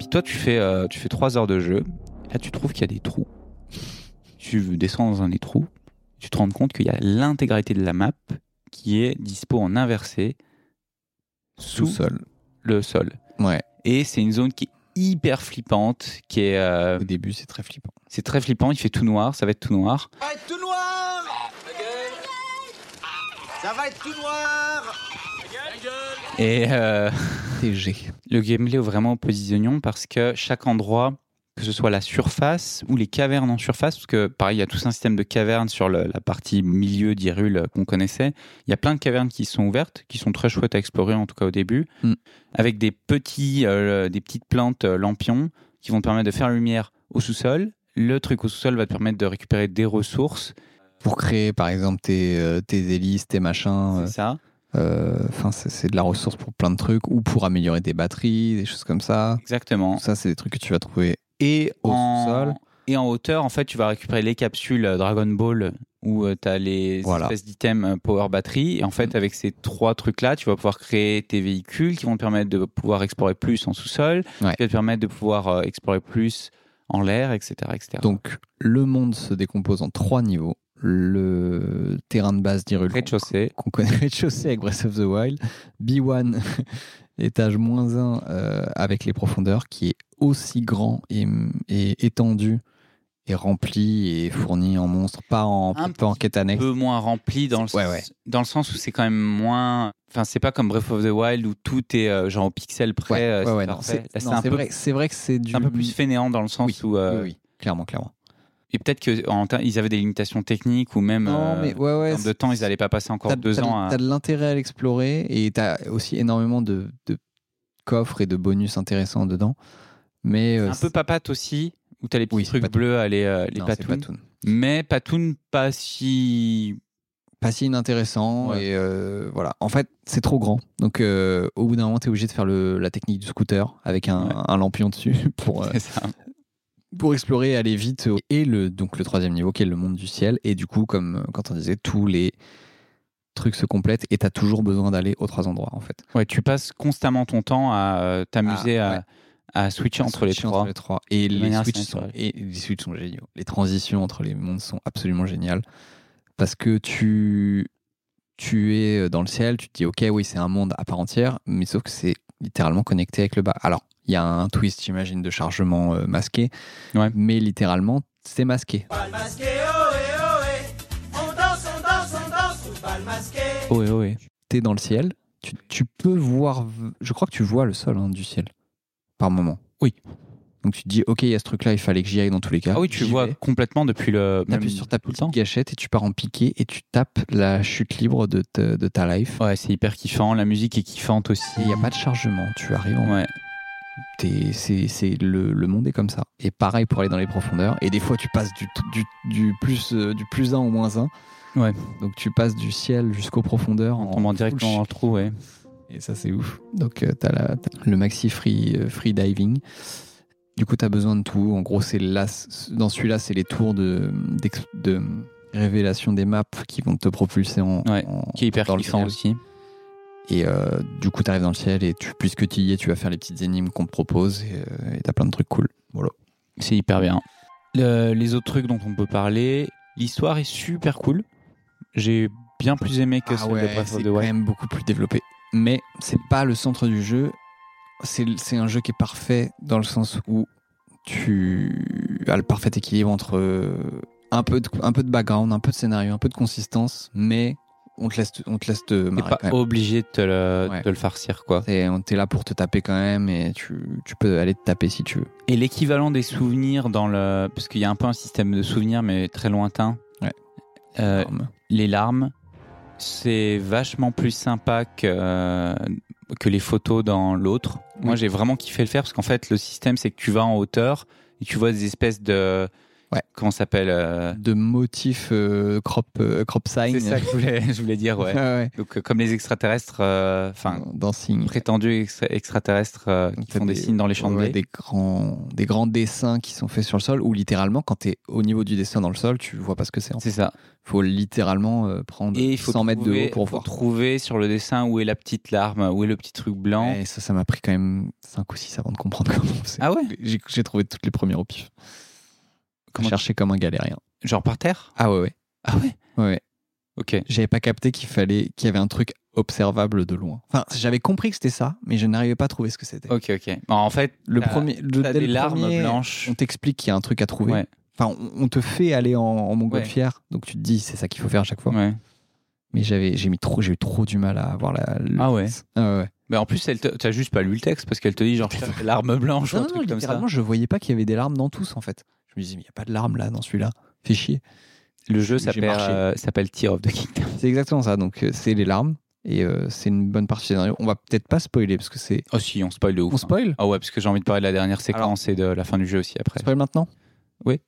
Puis toi, tu fais, euh, tu fais trois heures de jeu, là tu trouves qu'il y a des trous. Tu descends dans un des trous, tu te rends compte qu'il y a l'intégralité de la map qui est dispo en inversé tout sous seul. le sol. Ouais, Et c'est une zone qui est hyper flippante, qui est, euh, au début, c'est très flippant. (laughs) c'est très flippant. Il fait tout noir, ça va être tout noir. Ça va être tout noir Ta gueule Ça va être tout noir Ta gueule Et euh, TG. le gameplay est vraiment aux petits oignons parce que chaque endroit, que ce soit la surface ou les cavernes en surface, parce que pareil, il y a tout un système de cavernes sur le- la partie milieu d'Irule euh, qu'on connaissait. Il y a plein de cavernes qui sont ouvertes, qui sont très chouettes à explorer, en tout cas au début, Mm. avec des, petits, euh, des petites plantes euh, lampions qui vont te permettre de faire la lumière au sous-sol. Le truc au sous-sol va te permettre de récupérer des ressources, pour créer par exemple tes, euh, tes hélices, tes machins. c'est ça. euh, Enfin, c'est c'est de la ressource pour plein de trucs ou pour améliorer tes batteries, des choses comme ça. Exactement. Tout ça, c'est des trucs que tu vas trouver et au sol Et en hauteur, en fait, tu vas récérer les capsules euh, Dragon Ball où tu as les Voilà. Mm. espèces d'items euh, Power Battery. Et en fait, avec ces trois trucs-là, tu vas pouvoir créer tes véhicules qui vont te permettre de pouvoir explorer plus en sous-sol, Ouais. qui va te permettre de pouvoir euh, explorer plus en l'air, etc., etc. Donc, le monde se décompose en trois niveaux. Le terrain de base d'Irul rez-de-chaussée, qu'on connaît (laughs) rez-de-chaussée avec Breath of the Wild, B1 (laughs) étage moins 1 avec les profondeurs qui est aussi grand et, et étendu et rempli et fourni en monstres, pas en, Un pas en quête annexe. peu moins rempli dans le, Ouais, ouais. dans le sens où c'est quand même moins. Enfin, c'est pas comme Breath of the Wild où tout est euh, genre au pixel près. euh, Ouais, c'est ouais, ouais, non, parfait. Là, c'est c'est non, un, c'est peu- vrai, c'est vrai que c'est du c'est un peu plus fainéant dans le sens Oui, où. euh, oui, oui, clairement, clairement. Et peut-être qu'ils avaient des limitations techniques ou même Non, euh, mais ouais, ouais, en termes de c'est- temps, ils n'allaient pas passer encore T'as- deux t'as- ans à. T'as de l'intérêt à l'explorer et t'as aussi énormément de, de coffres et de bonus intéressants dedans. Mais euh, Un peu papate aussi, où t'as les petits Oui, c'est trucs Patoon. bleus, à les, euh, les non, c'est patounes. Patoon. Mais Patoun, pas si. Pas si inintéressant Ouais. et euh, voilà. En fait, c'est trop grand. Donc, euh, au bout d'un moment, t'es obligé de faire le, la technique du scooter avec un, Ouais. un lampion dessus (laughs) (laughs) pour euh, C'est ça. pour explorer et aller vite. Et le, donc le troisième niveau qui est le monde du ciel. Et du coup, comme euh, quand on disait, tous les trucs se complètent et t'as toujours besoin d'aller aux trois endroits en fait. Ouais, tu passes constamment ton temps à euh, t'amuser Ah, à, ouais. à switcher entre les switcher trois. Et De les, manière assez switches sont, naturelle. et les switches sont géniaux. Les transitions entre les mondes sont absolument géniales. Parce que tu, tu es euh, dans le ciel, tu te dis, ok, oui, c'est un monde à part entière, mais sauf que c'est littéralement connecté avec le bas. Alors, il y a un twist, j'imagine, de chargement euh, masqué, Ouais. mais littéralement, c'est masqué. Bal masqué, oh, ohé, ohé. eh. On danse, on danse, on danse au bal masqué. Ouais, ouais. Tu es dans le ciel, tu, tu peux voir, v- je crois que tu vois le sol hein, du ciel, par moment. Oui. Donc tu te dis, ok, il y a ce truc-là, il fallait que j'y aille dans tous les cas. Ah oui, tu J'y vois vais. complètement depuis le. T'appuies même sur ta tout le temps. petite gâchette et tu pars en piqué et tu tapes la chute libre de, te- de ta life. Ouais, c'est hyper kiffant. La musique est kiffante aussi. Et il n'y a pas de chargement, tu arrives en... Ouais. t'es- c'est, c'est- le, le monde est comme ça. Et pareil pour aller dans les profondeurs. Et des fois, tu passes du, du, du plus, euh, du plus 1 au moins 1. Ouais. Donc tu passes du ciel jusqu'aux profondeurs On en tombe full directement dans le trou, ouais. Et ça, c'est ouf. Donc, euh, t'as la- t'as le maxi free, euh, free diving. Du coup, t'as besoin de tout. En gros, c'est là, dans celui-là, c'est les tours de, d'ex- de révélation des maps qui vont te propulser en. Ouais, en- Qui est hyper dans le kiffant ciel. aussi. Et euh, du coup, t'arrives dans le ciel et tu, puisque tu y es, tu vas faire les petites énigmes qu'on te propose et euh, et t'as plein de trucs cool. Voilà. C'est hyper bien. Le- les autres trucs dont on peut parler, l'histoire est super cool. J'ai bien plus aimé que celle de Breath Ah c'est of the quand Wild. même beaucoup plus développé. Mais c'est pas le centre du jeu. C'est c'est un jeu qui est parfait dans le sens où tu as le parfait équilibre entre euh, un peu de, un peu de background, un peu de scénario, un peu de consistance, mais on te laisse, on te laisse te T'es marrer pas quand même. obligé de te le, Ouais. de le farcir, quoi. T'es on- t'es là pour te taper quand même et tu, tu peux aller te taper si tu veux. Et l'équivalent des souvenirs dans le. Parce qu'il y a un peu un système de souvenirs, mais très lointain. Ouais. Euh, Arme. les larmes, c'est vachement plus sympa que, euh, que les photos dans l'autre. Moi, Oui. j'ai vraiment kiffé le faire parce qu'en fait, le système, c'est que tu vas en hauteur et tu vois des espèces de. Ouais. Comment ça s'appelle euh, De motifs euh, crop, euh, crop sign. C'est (laughs) ça que je voulais, je voulais dire, ouais. Ah ouais. Donc, euh, comme les extraterrestres, euh, enfin, dans Sing. prétendus extra- extraterrestres euh, qui T'as font des, signes dans les champs de ouais, blé. des grands, des grands dessins qui sont faits sur le sol, où littéralement, quand tu es au niveau du dessin dans le sol, tu vois pas ce que c'est. en fait. C'est ça. faut littéralement euh, prendre Et il faut 100 mètres de trouver- haut pour faut voir. trouver sur le dessin où est la petite larme, où est le petit truc blanc. Et ça, ça m'a pris quand même 5 ou 6 avant de comprendre comment c'est. Ah ouais J'ai j'ai trouvé toutes les premières au pif. Comment- Chercher comme un galérien. Genre par terre Ah ouais, ouais. Ah ouais ouais, ouais. Ok. J'avais pas capté qu'il fallait qu'il y avait un truc observable de loin. Enfin, j'avais compris que c'était ça, mais je n'arrivais pas à trouver ce que c'était. Ok, ok. Bon, en fait, Le t'as- premier, le, t'as dès des le larmes premier, blanches. On t'explique qu'il y a un truc à trouver. Ouais, Enfin, on- on te fait aller en, en montgolfière, donc tu te dis c'est ça qu'il faut faire à chaque fois. ouais. Mais j'avais, j'ai mis trop, j'ai eu trop du mal à avoir la. le- Ah ouais. Ah ouais. Mais en plus, elle te- t'as juste pas lu le texte parce qu'elle te dit genre (laughs) larme blanche ou Non, un non, truc comme ça. littéralement, je voyais pas qu'il y avait des larmes dans tous en fait. Je me disais mais il y a pas de larmes là dans celui-là. Fais chier. Le jeu J'ai s'appelle marché. euh, s'appelle Tear of the Kingdom. (laughs) C'est exactement ça. Donc euh, c'est les larmes et euh, c'est une bonne partie du scénario. On va peut-être pas spoiler parce que c'est. Oh si, on spoil de ouf. On hein. spoil. Ah ouais, parce que j'ai envie de parler de la dernière séquence et de la fin du jeu aussi On après. spoil maintenant. Oui.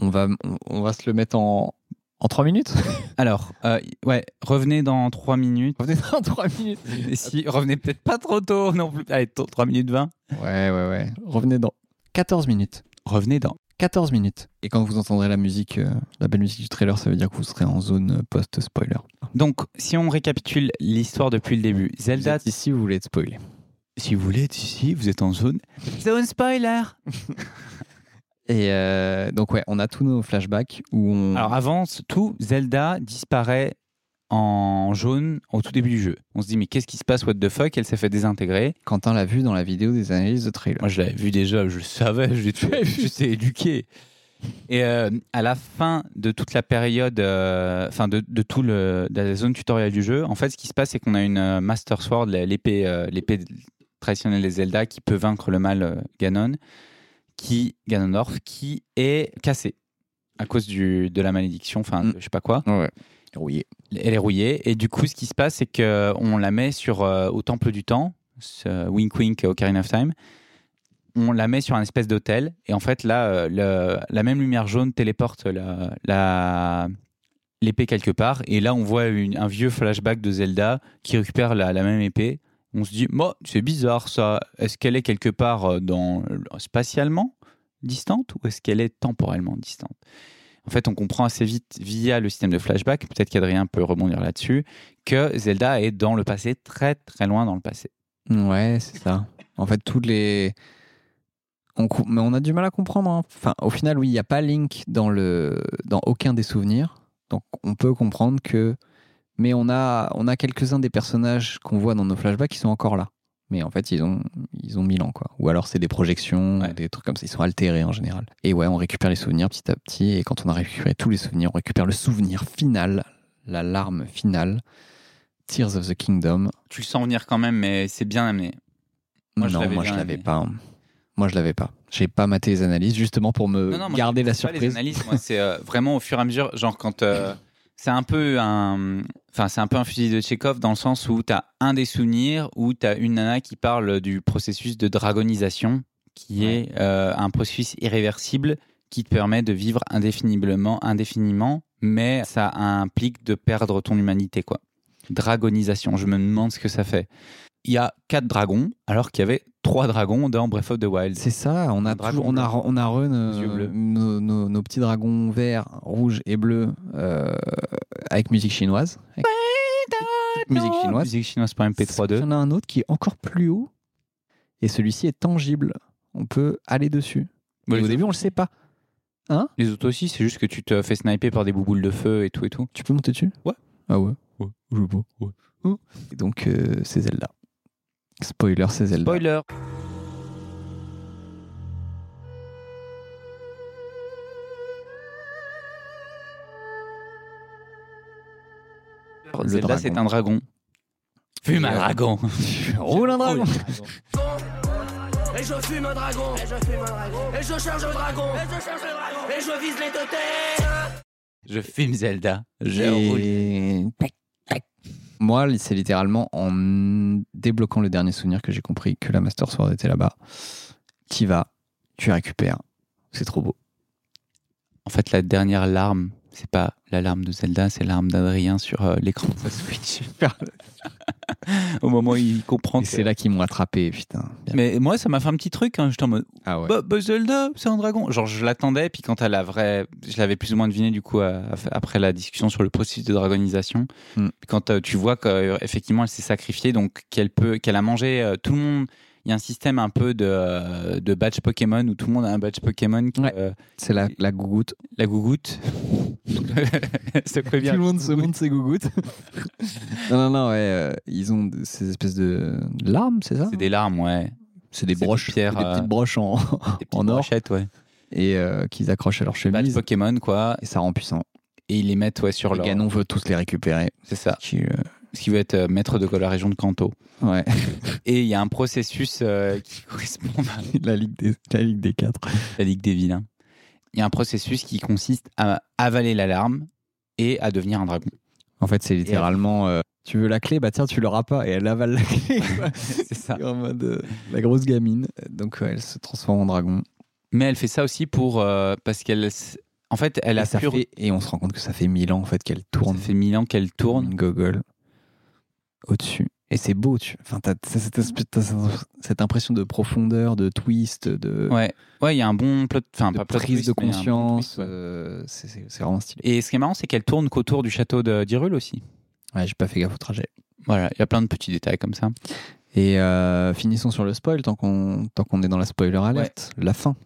On va, on, on va se le mettre en en trois minutes. Alors, euh, ouais, revenez dans 3 minutes. Revenez dans trois minutes. Et si, revenez peut-être pas trop tôt non plus. Allez, 3 minutes 20. Ouais ouais ouais. Revenez dans 14 minutes. Revenez dans. 14 minutes. Et quand vous entendrez la musique, euh, la belle musique du trailer, ça veut dire que vous serez en zone euh, post-spoiler. Donc, si on récapitule l'histoire depuis le début, Vous Zelda êtes ici, vous voulez être spoilé. Si vous voulez être ici, vous êtes en zone. Zone spoiler Et euh, donc, ouais, on a tous nos flashbacks où on. Alors avant, c- tout Zelda disparaît en jaune au tout début du jeu. On se dit mais qu'est-ce qui se passe What the fuck Elle s'est fait désintégrer. Quentin l'a vu dans la vidéo des analyses de trailer. Moi je l'avais vu déjà, je le savais, j'ai- j'étais éduqué. Et euh, à la fin de toute la période, euh, enfin de, de tout le de la zone tutoriel du jeu, en fait ce qui se passe c'est qu'on a une euh, Master Sword, la- l'épée euh, l'épée traditionnelle des Zelda qui peut vaincre le mal euh, Ganon, qui Ganondorf, qui est cassée à cause du, de la malédiction, enfin Mm. de- je sais pas quoi. Ouais. Rouillé. Elle est rouillée. Et du coup, ce qui se passe, c'est qu'on la met sur, euh, au Temple du Temps, ce Wink Wink Ocarina of Time. On la met sur un espèce d'hôtel. Et en fait, là, euh, le- la même lumière jaune téléporte la- la- l'épée quelque part. Et là, on voit une- un vieux flashback de Zelda qui récupère la, la même épée. On se dit, Bon, c'est bizarre ça. Est-ce qu'elle est quelque part euh, dans, spatialement distante ou est-ce qu'elle est temporellement distante en fait, on comprend assez vite via le système de flashback, peut-être qu'Adrien peut rebondir là-dessus, que Zelda est dans le passé, très très loin dans le passé. Ouais, c'est ça. En fait, toutes les. On cou- Mais on a du mal à comprendre. hein. Enfin, au final, oui, il n'y a pas Link dans, le... dans aucun des souvenirs. Donc, on peut comprendre que. Mais on a, on a quelques-uns des personnages qu'on voit dans nos flashbacks qui sont encore là. Mais en fait, ils ont, ils ont mille ans, quoi. Ou alors, c'est des projections, Ouais. des trucs comme ça. Ils sont altérés en général. Et ouais, on récupère les souvenirs petit à petit. Et quand on a récupéré tous les souvenirs, on récupère le souvenir final, la larme finale. Tears of the Kingdom, Tu le sens venir quand même, mais c'est bien amené. Moi, je non, l'avais moi je bien l'avais aimé. pas. hein. Moi je l'avais pas. J'ai pas maté les analyses justement pour me Non, non, moi, garder je la fais pas les surprise. analyses, moi, c'est euh, vraiment au fur et à mesure, genre quand euh, c'est un peu un, enfin c'est un peu un fusil de Chekhov dans le sens où t'as un des souvenirs où t'as une nana qui parle du processus de dragonisation, qui est euh, un processus irréversible qui te permet de vivre indéfiniblement, indéfiniment, mais ça implique de perdre ton humanité, quoi. Dragonisation, je me demande ce que ça fait. Il y a quatre dragons, alors qu'il y avait trois dragons dans Breath of the Wild. C'est ça, on a, Un dragon toujours- on a, on a re Aux yeux nos, bleus. nos- nos- nos petits dragons verts, rouges et bleus euh, avec musique chinoise. Avec- musique chinoise. Musique chinoise par MP3.2. On a un autre qui est encore plus haut et celui-ci est tangible. On peut aller dessus. Bon, Mais au les- début, on le sait pas. Les autres aussi, c'est juste que tu te fais sniper par des bouboules de feu et tout et tout. Tu peux monter dessus Ouais. Ah ouais Ouais, je sais pas. Et donc, euh, c'est Zelda. Spoiler, c'est Zelda. Spoiler Le Zelda, dragon. c'est un dragon. Euh, Fume un dragon (laughs) Roule un dragon Et je fume un dragon. Et je fume un dragon. Et je charge un dragon. Et je charge un dragon. Et je vise les deux têtes. Je fume Zelda. Je roule. Et- tac, tac. Moi, c'est littéralement en débloquant le dernier souvenir que j'ai compris que la Master Sword était là-bas. T'y vas, tu récupères. C'est trop beau. En fait, la dernière larme, c'est pas la larme de Zelda, c'est l'arme d'Adrien sur euh, l'écran de sa Switch. Au moment où il comprend. Et que- c'est là qu'ils m'ont attrapé, putain. Bien. Mais moi, ça m'a fait un petit truc. Hein. J'étais en mode, Ah ouais. bah, bah, Zelda, c'est un dragon. Genre, je l'attendais, puis quand à la vraie. Je l'avais plus ou moins deviné, du coup, à- à- après la discussion sur le processus de dragonisation. Mm. Puis Quand euh, tu vois qu'effectivement, elle s'est sacrifiée, donc qu'elle peut, qu'elle a mangé euh, tout le monde. Il y a un système un peu de, euh, de badge Pokémon où tout le monde a un badge Pokémon. qui, Ouais. euh, C'est la, la gougoute. la gougoute. (laughs) Ça prévient. Tout le monde se montre ses gougouttes. (laughs) non, non, non, ouais. euh, ils ont de- ces espèces de larmes, c'est ça C'est des larmes, ouais. C'est des c'est des broches. pierres, des euh, petites broches en, (laughs) Des petites Oh, en or. brochettes, ouais. Et euh, qu'ils accrochent à leur Badge chemise. Pokémon, quoi. Et ça rend puissant. Et ils les mettent, ouais, sur Le leur. Bah. Ganon veut tous les récupérer. C'est ça. Qui, euh, Ce qui veut être euh, maître de la région de Kanto. ouais. Et il y a un processus euh, qui (laughs) correspond à (laughs) la, Ligue des, la Ligue des 4. la Ligue des vilains. Il y a un processus qui consiste à avaler l'alarme et à devenir un (laughs) dragon. En fait, c'est littéralement. euh, tu veux la clé Bah tiens, tu l'auras pas. Et elle avale la (laughs) clé. quoi. C'est ça. en mode euh, la grosse gamine. Donc ouais, elle se transforme en dragon. Mais elle fait ça aussi pour euh, parce qu'elle, s- en fait, elle et, a ça pur- fait- et on se rend compte que ça fait mille ans en fait qu'elle Ça tourne. fait mille ans qu'elle tourne. Une gogole au-dessus. Et c'est beau, tu. Enfin, t'as t'as cette, espèce- t'as cette- cette impression de profondeur, de twist, de, Ouais, ouais, il y a un bon plot, enfin de pas plot prise twist, de mais un bon conscience. twist, ouais. euh, c'est- c'est c'est vraiment stylé. Et ce qui est marrant, c'est qu'elle tourne qu'autour du château de d'Irul aussi. Ouais, j'ai pas fait gaffe au trajet. Voilà, il y a plein de petits détails comme ça. Et euh, finissons sur le spoil tant qu'on tant qu'on est dans la spoiler alerte. La fin.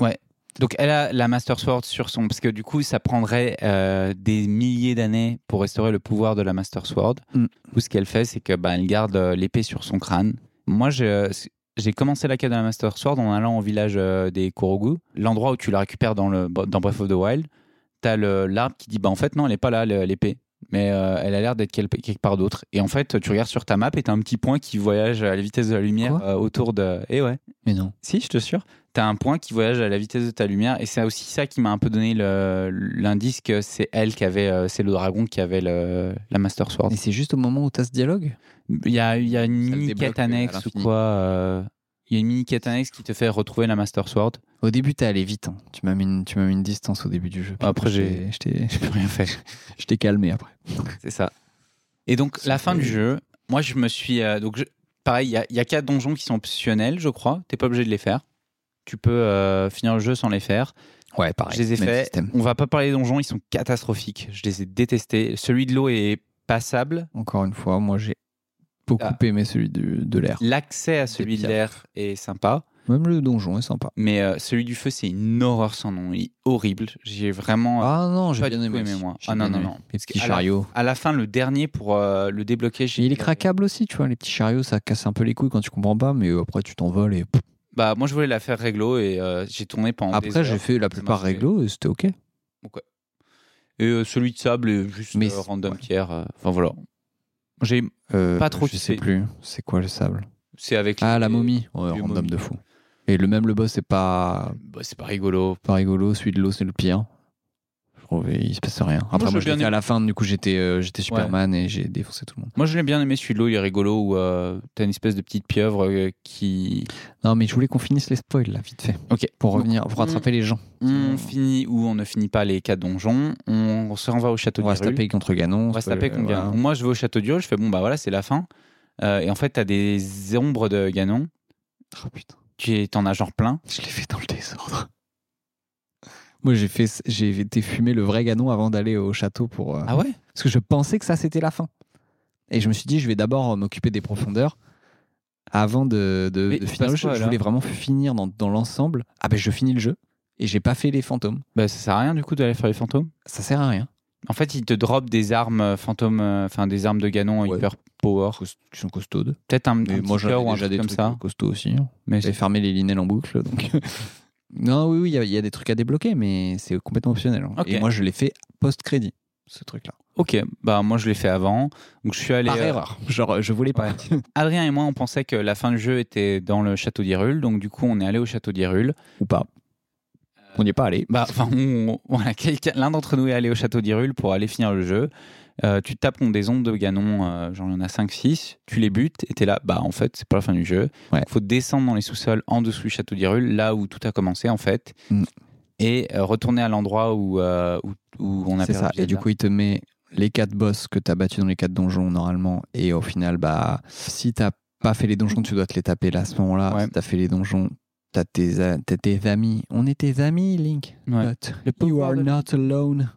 Ouais. Donc elle a la Master Sword sur son... Parce que du coup, ça prendrait euh, des milliers d'années pour restaurer le pouvoir de la Master Sword. Mm. Ou ce qu'elle fait, c'est que bah, elle garde euh, l'épée sur son crâne. Moi, je- j'ai commencé la quête de la Master Sword en allant au village euh, des Korogu, l'endroit où tu la récupères dans, le, bah, dans Breath of the Wild. T'as le- l'arbre qui dit, bah en fait, non, elle n'est pas là, le- l'épée. Mais euh, elle a l'air d'être quel- quelque part d'autre. Et en fait, tu regardes sur ta map et t'as un petit point qui voyage à la vitesse de la lumière Quoi euh, autour de... Et ouais. Mais non. Si, je te jure. T'as un point qui voyage à la vitesse de ta lumière, et c'est aussi ça qui m'a un peu donné le- l'indice que c'est elle qui avait, euh, c'est le dragon qui avait le- la Master Sword. Et c'est juste au moment où t'as ce dialogue Il y a, il y a une Ça le mini débloque, quête euh, à annexe ou l'infini. quoi euh, Il y a une mini quête annexe qui te fait retrouver la Master Sword. Au début, t'es allé vite. hein. Tu m'as mis, une- tu m'as mis une distance au début du jeu. Puis Après, j'ai- je t'ai- (laughs) je t'ai- J'ai rien fait. je t'ai calmé après. (laughs) C'est ça. Et donc, la fin du jeu, moi, je me suis. euh, donc, je- pareil, il y a- il y, a quatre donjons qui sont optionnels, je crois. T'es pas obligé de les faire. Tu peux euh, finir le jeu sans les faire. Ouais, pareil. Je les ai même faits. système. On va pas parler des donjons, ils sont catastrophiques. Je les ai détestés. Celui de l'eau est passable. Encore une fois, moi j'ai beaucoup Ah. aimé celui du- de l'air. L'accès à celui de pierres. l'air est sympa. Même le donjon est sympa. Mais euh, celui du feu, c'est une horreur sans nom. Il est horrible. J'ai vraiment. Ah non, j'ai pas bien du tout aimé. aimé, aussi. moi. J'ai Ah non, bien non, aimé. non. Les Parce petits que à la- chariots. À la fin, le dernier pour euh, le débloquer, j'ai. Et il est craquable aussi, tu vois. Les petits chariots, ça casse un peu les couilles quand tu comprends pas, mais après tu t'envoles et. Bah, moi, je voulais la faire réglo et euh, j'ai tourné pendant. des Après, j'ai heures. fait la Ça plupart marchait. réglo et c'était ok. Et euh, celui de sable, est juste Mais euh, c'est- random ouais. pierre. euh, Enfin voilà. J'ai. Euh, Pas trop Je sais kiffé. plus. C'est quoi le sable C'est avec. Ah, les- la momie. Ouais, les random momies. de fou. Et le même le boss, c'est pas Bah, c'est pas rigolo. pas rigolo. Celui de l'eau, c'est le pire. Je trouvais il se passe rien. Après, je l'ai moi, je bien l'ai fait à aimé. la fin. Du coup, j'étais euh, j'étais Superman et j'ai défoncé tout le monde. Moi, je l'ai bien aimé celui de l'eau, il est rigolo où euh, t'as une espèce de petite pieuvre euh, qui. Non, mais je voulais qu'on finisse les spoils là, vite fait. Ok. Pour Donc, hmm. revenir, pour on- rattraper les gens. On finit ou on ne finit pas les quatre donjons, on se renvoie au château On va se d'Hyrule. taper contre Ganon. On va se taper euh, contre voilà. Ganon. Moi, je vais au château d'Hyrule, je fais bon, bah voilà, c'est la fin. Euh, et en fait, t'as des ombres de Ganon, Oh putain, tu es- t'en as genre plein. je l'ai fait dans le désordre. Moi, j'ai fait, j'ai été fumer le vrai Ganon avant d'aller au château pour. euh, Ah ouais Parce que je pensais que ça, c'était la fin. Et je me suis dit, je vais d'abord m'occuper des profondeurs avant de, de- Mais de il se finir le passe jeu. quoi, je là voulais vraiment finir dans, dans l'ensemble. Ah ben, je finis le jeu et j'ai pas fait les fantômes. Bah, ça sert à rien du coup d'aller faire les fantômes. Ça sert à rien. En fait, ils te drop des armes euh, fantômes, euh, enfin des armes de Ganon Ouais. hyper power. Qui sont costaudes. Peut-être un, un Mais petit moi, j'avais cœur ou un déjà truc des comme trucs euh, ça. costauds aussi. Mais J'ai c'est- fermé les linelles en boucle, donc. (laughs) non, oui, oui, il y a- il y, a des trucs à débloquer, mais c'est complètement optionnel. hein. Ok. Et moi, je l'ai fait post-crédit, ce truc-là. Ok, bah moi je l'ai fait avant. Donc je suis allé. Par euh, erreur. Genre, je voulais pas. Adrien et moi, on pensait que la fin du jeu était dans le château d'Hyrule, donc du coup, on est allé au château d'Hyrule. Ou pas. On n'y est pas allé. Bah, enfin, on- voilà, quelqu'un- l'un d'entre nous est allé au château d'Hyrule pour aller finir le jeu. Euh, tu tapes contre des ondes de Ganon, euh, genre il y en a 5-6, tu les butes et t'es là, bah en fait, c'est pas la fin du jeu. Ouais. Faut descendre dans les sous-sols en dessous du château d'Hyrule, là où tout a commencé en fait, Mm. et euh, retourner à l'endroit où, euh, où, où on a C'est perdu ça. Et Zelda. du coup, il te met les quatre boss que t'as battus dans les quatre donjons normalement. Et au final, bah, si t'as pas fait les donjons, tu dois te les taper là à ce moment-là. Ouais. Si t'as fait les donjons, t'as tes, a- t'as tes amis. On est tes amis, Link. Ouais. But Le you pouvoir are de- not alone.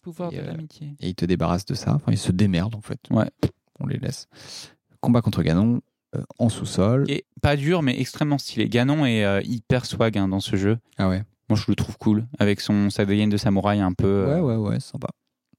pouvoir de l'amitié. Et ils te débarrassent de ça. Enfin, ils se démerdent en fait. Ouais. On les laisse. Combat contre Ganon euh, en sous-sol. Et pas dur, mais extrêmement stylé. Ganon est euh, hyper swag hein, dans ce jeu. Ah ouais. Moi, je le trouve cool. Avec son Sagayen de samouraï un peu. Ouais, euh, ouais, ouais, c'est sympa.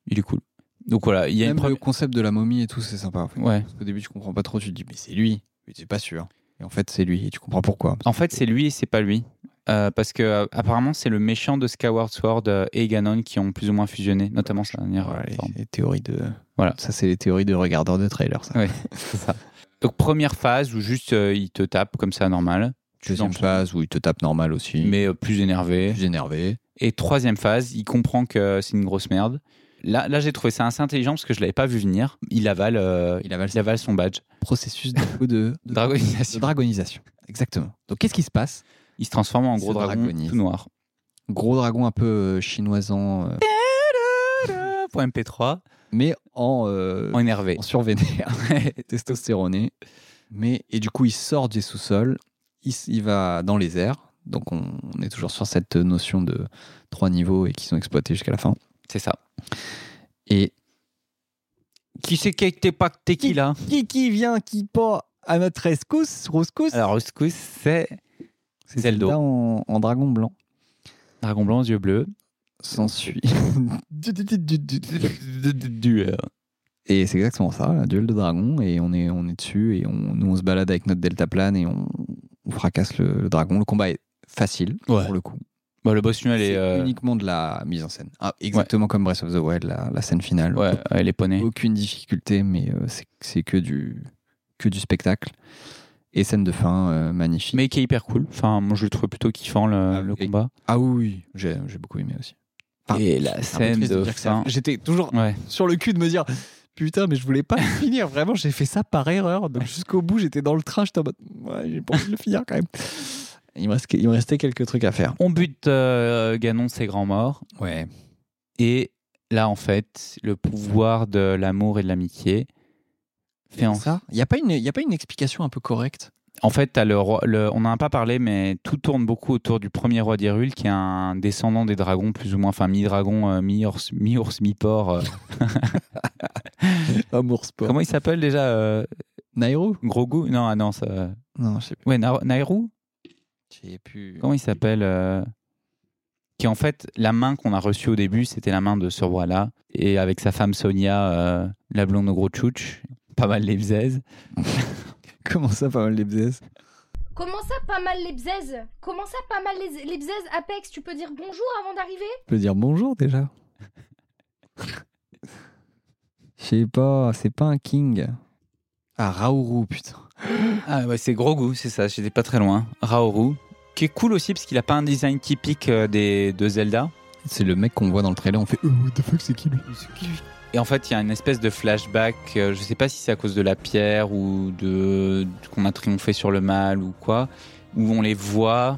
Il est cool. Donc voilà, il y a Même une le première. concept de la momie et tout, c'est sympa. En fait. Ouais. Parce qu'au début, tu comprends pas trop. Tu te dis, mais c'est lui. Mais t'es pas sûr. Et en fait, c'est lui. Et tu comprends pourquoi. En fait, c'est lui et c'est pas lui. Euh, parce que euh, apparemment, c'est le méchant de Skyward Sword euh, et Ganon qui ont plus ou moins fusionné, notamment sa dernière euh, Voilà, les, forme. Ah les théories de. Voilà. Ça, c'est les théories de regardeurs de trailers. Ça. Ouais, c'est ça. Donc première phase où juste euh, il te tape comme ça normal, Deuxième sens- phase où il te tape normal aussi. mais euh, plus énervé. plus énervé. Et troisième phase, il comprend que c'est une grosse merde. Là, là j'ai trouvé ça assez intelligent parce que je l'avais pas vu venir. Il avale, euh, Il avale il avale son badge. processus de, de, de- de Dragonisation. dragonisation. Exactement. Donc, qu'est-ce qui se passe Il se transforme en Il se gros dragon dragonise. tout noir. Gros dragon un peu euh, chinoisant, euh, Ah, Point MP3. mais en, euh, En énervé. en (laughs) survénère, testostéroné. Mais, et du coup, il sort du sous-sol, il, s- il va dans les airs. Donc, on, on est toujours sur cette notion de trois niveaux et qui sont exploités jusqu'à la fin. C'est ça. Et Qui c'est qui t'es pas t'es qui là (laughs) qui qui vient qui pas à notre rescousse, rouscousse Alors, Uskus, c'est. C'est Zelda. Zelda en, en dragon blanc. Dragon blanc aux yeux bleus. (laughs) S'ensuit. Duel. Et c'est exactement ça, la duel de dragon. Et on est, on est dessus et on, nous on se balade avec notre deltaplane et on, on fracasse le, le dragon. Le combat est facile Ouais. pour le coup. Bah, le boss tunnel est. C'est euh, uniquement de la mise en scène. Ah, exactement comme Breath of the Wild, la, la scène finale. Ouais, ouais, les poneys. Aucune difficulté, mais euh, c'est- c'est que du, que du spectacle. Et scène de fin euh, magnifique. Mais qui est hyper cool. Enfin, moi, je le trouve plutôt kiffant le, Ah, le et- combat. Ah oui, j'ai j'ai beaucoup aimé aussi. Enfin, Et la c'est un peu scène triste de dire que c'est la fin. fin. J'étais toujours Ouais. sur le cul de me dire putain mais je voulais (laughs) pas le finir vraiment j'ai fait ça par erreur donc jusqu'au bout j'étais dans le train j'étais en mode ouais j'ai pas envie de le finir quand même il me, restait, il me restait quelques trucs à faire On bute euh, Ganon, ses grands morts. ouais Et là, en fait, le pouvoir de l'amour et de l'amitié fait en ça il y a pas une il y a pas une explication un peu correcte En fait, t'as le roi- le- on n'en a pas parlé, mais tout tourne beaucoup autour du premier roi d'Hyrule, qui est un descendant des dragons, plus ou moins, enfin mi-dragon, euh, mi-ours, mi-ours, mi-porc. euh. amour sport Comment il s'appelle déjà euh, Nairo Grogu Non, ah non, ça... non je sais plus Ouais, Na- Nairou j'ai plus Comment il s'appelle euh, Qui en fait, la main qu'on a reçue au début, c'était la main de ce roi-là. Et avec sa femme Sonia, euh, la blonde au gros tchouch, pas mal les bzaises. comment ça pas mal les bzaises Comment ça, pas mal les bzaises Comment ça, pas mal les, les bzaises Apex, tu peux dire bonjour avant d'arriver je peux dire bonjour (laughs) déjà je sais pas c'est pas un king ah Raourou putain Ah ouais, c'est gros goût, c'est ça, j'étais pas très loin. Raoru, qui est cool aussi parce qu'il a pas un design typique euh, des, de Zelda. c'est le mec qu'on voit dans le trailer on fait Euh, what the fuck c'est qui lui Et en fait, il y a une espèce de flashback, euh, je sais pas si c'est à cause de la pierre ou de qu'on a triomphé sur le mal ou quoi, où on les voit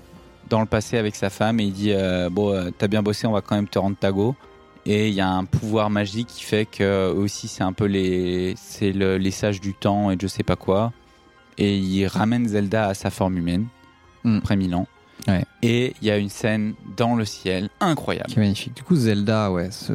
dans le passé avec sa femme et il dit euh, Bon, euh, t'as bien bossé, on va quand même te rendre ta go. Et il y a un pouvoir magique qui fait que euh, aussi c'est un peu les, c'est le- les sages du temps et je sais pas quoi. Et il ramène Zelda à sa forme humaine Mm. après mille ans. Ouais. Et il y a une scène dans le ciel incroyable. Qui est magnifique. Du coup, Zelda, ouais, se,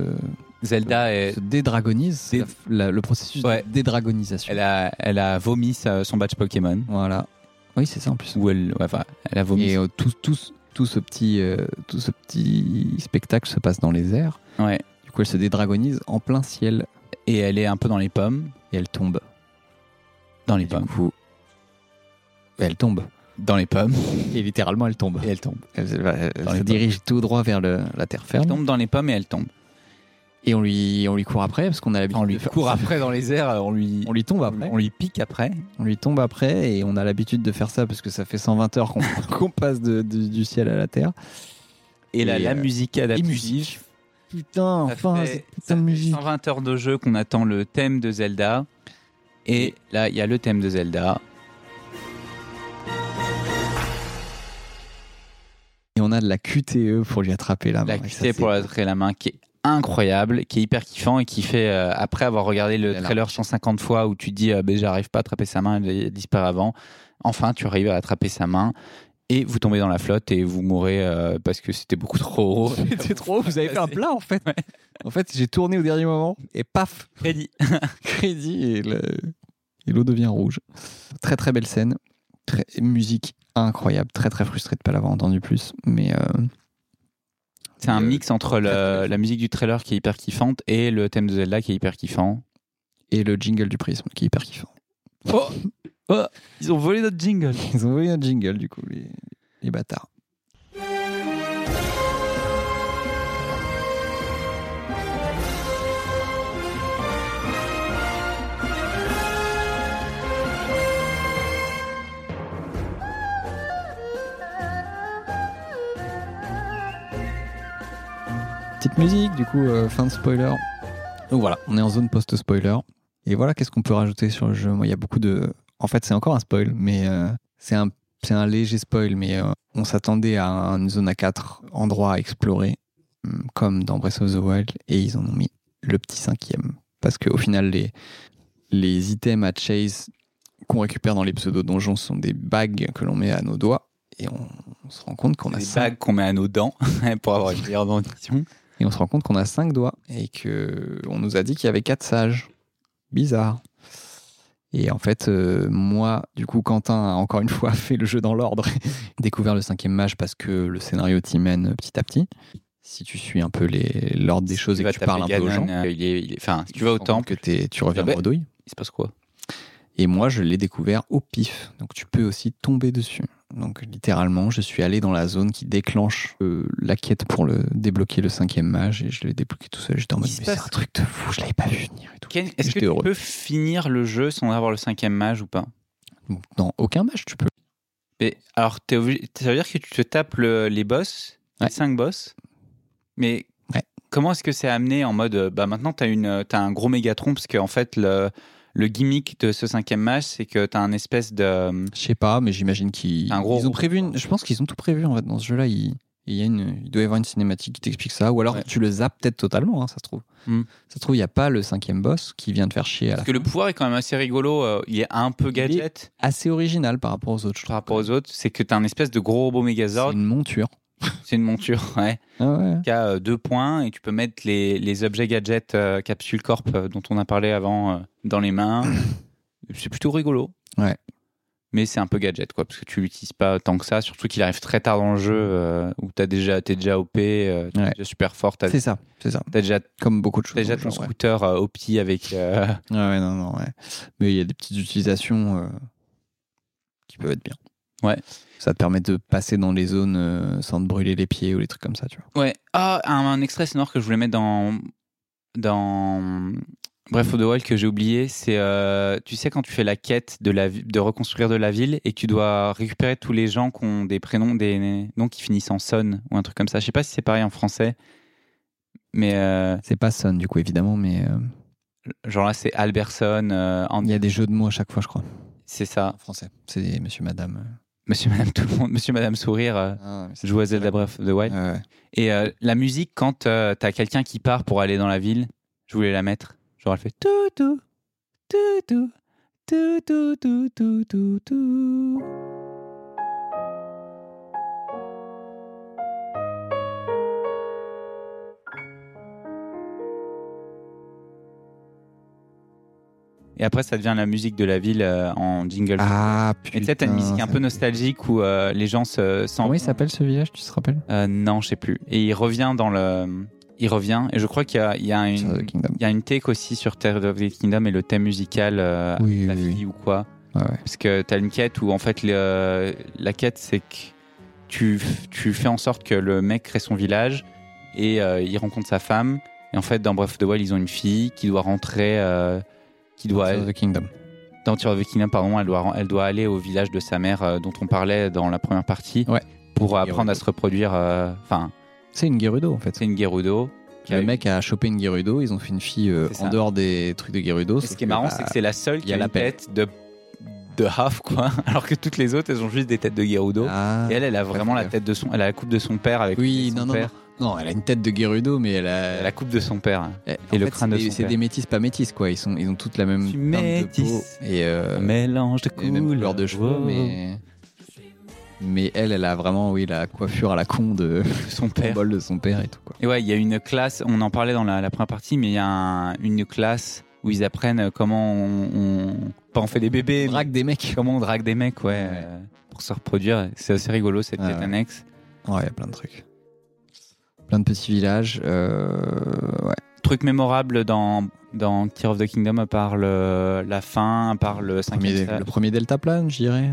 Zelda est, se dédragonise. C'est Dé- la- la- le processus Ouais. de dédragonisation. Elle a, elle a vomi sa- son badge Pokémon. Voilà. Oui, c'est ça en plus. Ou elle, ouais, enfin, elle a vomi. Et euh, tout, tout, ce- tout, ce petit, euh, tout ce petit spectacle se passe dans les airs. Ouais. Du coup, elle se dédragonise en plein ciel Et elle est un peu dans les pommes. et elle tombe. Dans les Et du pommes. coup, elle tombe. Dans les pommes. Et littéralement, (laughs) elle tombe. Et elle tombe. Elle, elle- elle- elle Dans se les dirige tout droit vers le- la terre Elle ferme. tombe dans les pommes et elle tombe. Et on lui, on lui court après parce qu'on a l'habitude. On lui de faire- court après dans les airs. On lui, On lui tombe on lui- après. on lui pique après. On lui tombe après et on a l'habitude de faire ça parce que ça fait 120 heures qu'on (laughs) qu'on passe de- de- du ciel à la terre. Et là, Et, la euh, musique adaptive. musique. Putain, Ça enfin, fait- cette ça putain de fait musique. 120 heures de jeu qu'on attend le thème de Zelda. Et là, il y a le thème de Zelda. Et on a de la QTE pour lui attraper la La main. Et Ah, ça, QT pour c'est- attraper la main qui est incroyable, qui est hyper kiffant et qui fait, euh, après avoir regardé le Elle a- trailer 150 fois où tu dis euh, Ben, j'arrive pas à attraper sa main, elle disparaît avant, enfin tu arrives à attraper sa main et vous tombez dans la flotte et vous mourrez euh, parce que c'était beaucoup (laughs) trop (laughs) haut. C'était trop, haut, vous avez fait un plat en fait. En fait, j'ai tourné au dernier moment et paf, (laughs) Crédit. crédit et le- et l'eau devient rouge. Très très belle scène, très, musique incroyable, très très frustré de pas l'avoir entendu plus, mais euh, C'est un Euh, mix entre le- très, très- la musique du trailer qui est hyper kiffante et le thème de Zelda qui est hyper kiffant. et le jingle du prisme qui est hyper kiffant. Oh, Ils ont volé notre jingle. Ils ont envoyé un jingle du coup les, les bâtards. Petite musique, du coup, euh, fin de spoiler. Donc voilà, on est en zone post-spoiler. Et voilà, qu'est-ce qu'on peut rajouter sur le jeu Moi, il y a beaucoup de. En fait, c'est encore un spoil, mais euh, c'est un, c'est un léger spoil, mais euh, on s'attendait à une zone à 4 endroits à explorer, hum, comme dans Breath of the Wild, et ils en ont mis le petit cinquième. Parce qu'au final, les, les items à chase qu'on récupère dans les pseudo-donjons sont des bagues que l'on met à nos doigts, et on, on se rend compte qu'on a Des cinq bagues qu'on met à nos dents (laughs) pour avoir une meilleure dentition. et on se rend compte qu'on a cinq doigts et que on nous a dit qu'il y avait quatre sages. Bizarre. Et en fait, euh, moi, du coup, Quentin a encore une fois (laughs) fait le jeu dans l'ordre, découvert le cinquième mage parce que le scénario t'y mène petit à petit. Si tu suis un peu les- l'ordre des Si choses et vas que tu parles un taper peu aux gens, Ganon, euh, il est, il est- enfin, si tu vas vas au temple, que t'es- tu reviens Ah ben. bredouille. il se passe quoi Et moi, je l'ai découvert au pif. Donc, tu peux aussi tomber dessus. Donc, littéralement, je suis allé dans la zone qui déclenche euh, la quête pour le débloquer le cinquième mage et je l'ai débloqué tout seul. J'étais en Il mode, se mais c'est un passe- truc de fou, je l'avais pas vu venir et tout. Ken, Est-ce que J'étais tu heureux. peux finir le jeu sans avoir le cinquième mage ou pas Donc, Dans aucun mage, tu peux. Mais alors, t'es obligé- ça veut dire que tu te tapes le- les boss, Ouais. les 5 boss, mais Ouais. comment est-ce que c'est amené en mode euh, bah maintenant t'as une euh, t'as un gros mégatron parce qu'en fait le, le gimmick de ce cinquième match c'est que t'as un espèce de Je sais pas, mais j'imagine qu'ils Un gros ils ont robot, prévu. une- Je pense qu'ils ont tout prévu en fait dans ce jeu-là. Il, il y a une... il doit y avoir une cinématique qui t'explique ça, ou alors Ouais. tu le zappes peut-être totalement. hein, ça se trouve. Hmm. Ça se trouve, il n'y a pas le cinquième boss qui vient te faire chier. À la... parce que le pouvoir est quand même assez rigolo euh, il est un peu Il est- gadget Assez original par rapport aux autres. Je par trouve. rapport aux autres c'est que t'as un espèce de gros robot C'est mégazord une monture. c'est une monture (laughs) ouais Ah ouais. qui a euh, deux points et tu peux mettre les, les objets gadgets euh, capsule corp euh, dont on a parlé avant euh, dans les (coughs) mains. c'est plutôt rigolo. Ouais. Mais c'est un peu gadget quoi, parce que tu l'utilises pas tant que ça, surtout qu'il arrive très tard dans le jeu euh, où t'as déjà t'es déjà OP, euh, t'es Ouais. déjà super fort, t'as C'est ça, c'est ça. t'as déjà Comme beaucoup de choses. t'as déjà dans ton le genre, ouais. scooter euh, OP avec euh, Ouais, ouais, non, non, ouais. Mais il y a des petites utilisations euh, qui peuvent être bien. Ouais. Ça te permet de passer dans les zones euh, sans te brûler les pieds ou les trucs comme ça, tu vois. Ouais. Ah, un, un extrait sonore que je voulais mettre dans. dans... Bref, The Wild que j'ai oublié, c'est. euh, tu sais, quand tu fais la quête de, la, vi- de reconstruire de la ville et que tu dois récupérer tous les gens qui ont des prénoms, des noms qui finissent en son ou un truc comme ça. Je sais pas si c'est pareil en français, mais euh, C'est pas Sun, du coup, évidemment, mais euh, genre là, c'est Alberson, euh, il Andy- y a des jeux de mots à chaque fois, je crois. c'est ça. En français. C'est des monsieur, madame. euh. Monsieur, madame, tout le monde, monsieur, madame, sourire, euh, Ah, mais c'est- joue à Zelda Breath of the Wild. Ouais, ouais. Et euh, la musique, quand euh, t'as quelqu'un qui part pour aller dans la ville, je voulais la mettre. Genre, elle fait tout, tout, tout, tout, tout, tout, tout, tout, tout, tout. Et après, ça devient la musique de la ville euh, en jingle. Ah, putain. Et tu sais, t'as une musique un ça- peu nostalgique où euh, les gens se Comment sentent. il s'appelle ce village, tu te rappelles Euh, non, je sais plus. Et il revient dans le. Il revient, et je crois qu'il y a, il y a Tears of the une. Kingdom. Il y a une tech aussi sur Terre of the Kingdom et le thème musical, euh, Oui, la oui, oui. fille ou quoi. Ouais, ouais. Parce que t'as une quête où en fait le- la quête c'est que tu, f- tu fais en sorte que le mec crée son village et euh, il rencontre sa femme. Et en fait dans Breath of the Wild ils ont une fille qui doit rentrer, euh, qui doit Tears of the Kingdom. dans Tears of the Kingdom, pardon, elle doit, elle doit aller au village de sa mère euh, dont on parlait dans la première partie Ouais. pour Et apprendre ouais. à se reproduire. euh, Enfin, C'est une Gerudo, en fait. c'est une Gerudo. qui a Le eu- mec a chopé une Gerudo, ils ont fait une fille euh, Ah C'est ça. en dehors des trucs de Gerudo. Et ce sauf qui est que, marrant, bah, c'est que c'est la seule qui y a a la l'appel. tête de, de half, quoi. (laughs) Alors que toutes les autres, elles ont juste des têtes de Gerudo. Ah. Et elle, elle a vraiment la bref. tête de son. Elle a la coupe de son père avec Oui, son non, non, non. père. Non, elle a une tête de Gerudo, mais Elle elle a. a La coupe de son père. Et et le crâne de son C'est père. des métis, pas métis, quoi. Ils, sont, ils ont toutes la même Je suis teinte de peau métisse. et, euh, mélange de et même couleur de cheveux, mais. Mais elle, elle a vraiment, oui, la coiffure à la con de son père. (laughs) bol de son père et tout, quoi. Et ouais, il y a une classe, on en parlait dans la, la première partie, mais il y a un- une classe où ils apprennent comment on, on- Pas on fait des bébés, mais Braque des mecs. comment on drague des mecs, ouais, Ouais. euh, pour se reproduire. C'est assez rigolo cette Ouais, quête ouais. annexe. Ouais, il y a plein de trucs. Plein de petits villages. euh, ouais. Truc mémorable dans, dans Tear of the Kingdom, à part le- la fin, à part le Premier- cinquième. le premier Delta Plane, je dirais.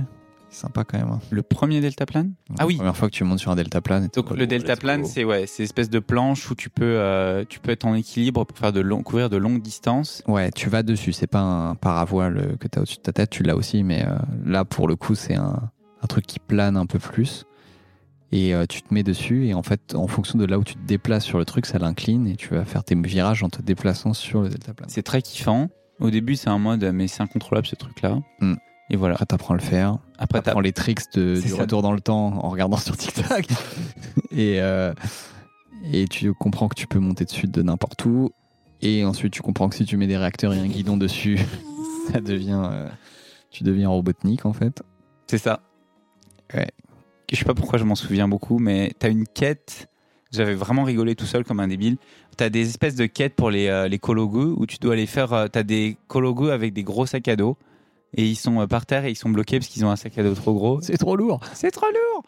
C'est sympa quand même. hein. le premier deltaplane Ah oui. La première fois que tu montes sur un deltaplane. et Donc tout, le let's deltaplane, go. c'est ouais, c'est une espèce de planche où tu peux, euh, tu peux être en équilibre pour faire de long, couvrir de longues distances. Ouais, tu vas dessus. C'est pas un paravoile euh, que t'as au-dessus de ta tête. Tu l'as aussi, mais euh, là, pour le coup, c'est un, un truc qui plane un peu plus. Et euh, tu te mets dessus. Et en fait, en fonction de là où tu te déplaces sur le truc, ça l'incline. Et tu vas faire tes virages en te déplaçant sur le deltaplane. C'est très kiffant. Au début, c'est un mode, mais c'est incontrôlable ce truc-là. Hmm. Et voilà. Après, t'apprends à le faire. Après, t'as T'apprends les tricks de, C'est du ça. retour dans le temps en regardant sur (laughs) TikTok. et, euh, et tu comprends que tu peux monter dessus de n'importe où. Et ensuite, tu comprends que si tu mets des réacteurs et un guidon dessus, (laughs) ça devient. euh, tu deviens robotnik en fait. C'est ça. Ouais. Je sais pas pourquoi je m'en souviens beaucoup, mais t'as une quête. J'avais vraiment rigolé tout seul comme un débile. T'as des espèces de quêtes pour les, euh, les Kologu où tu dois aller faire. euh, t'as des Kologu avec des gros sacs à dos Et ils sont euh, par terre et ils sont bloqués parce qu'ils ont un sac à dos trop gros. C'est trop lourd. C'est trop lourd.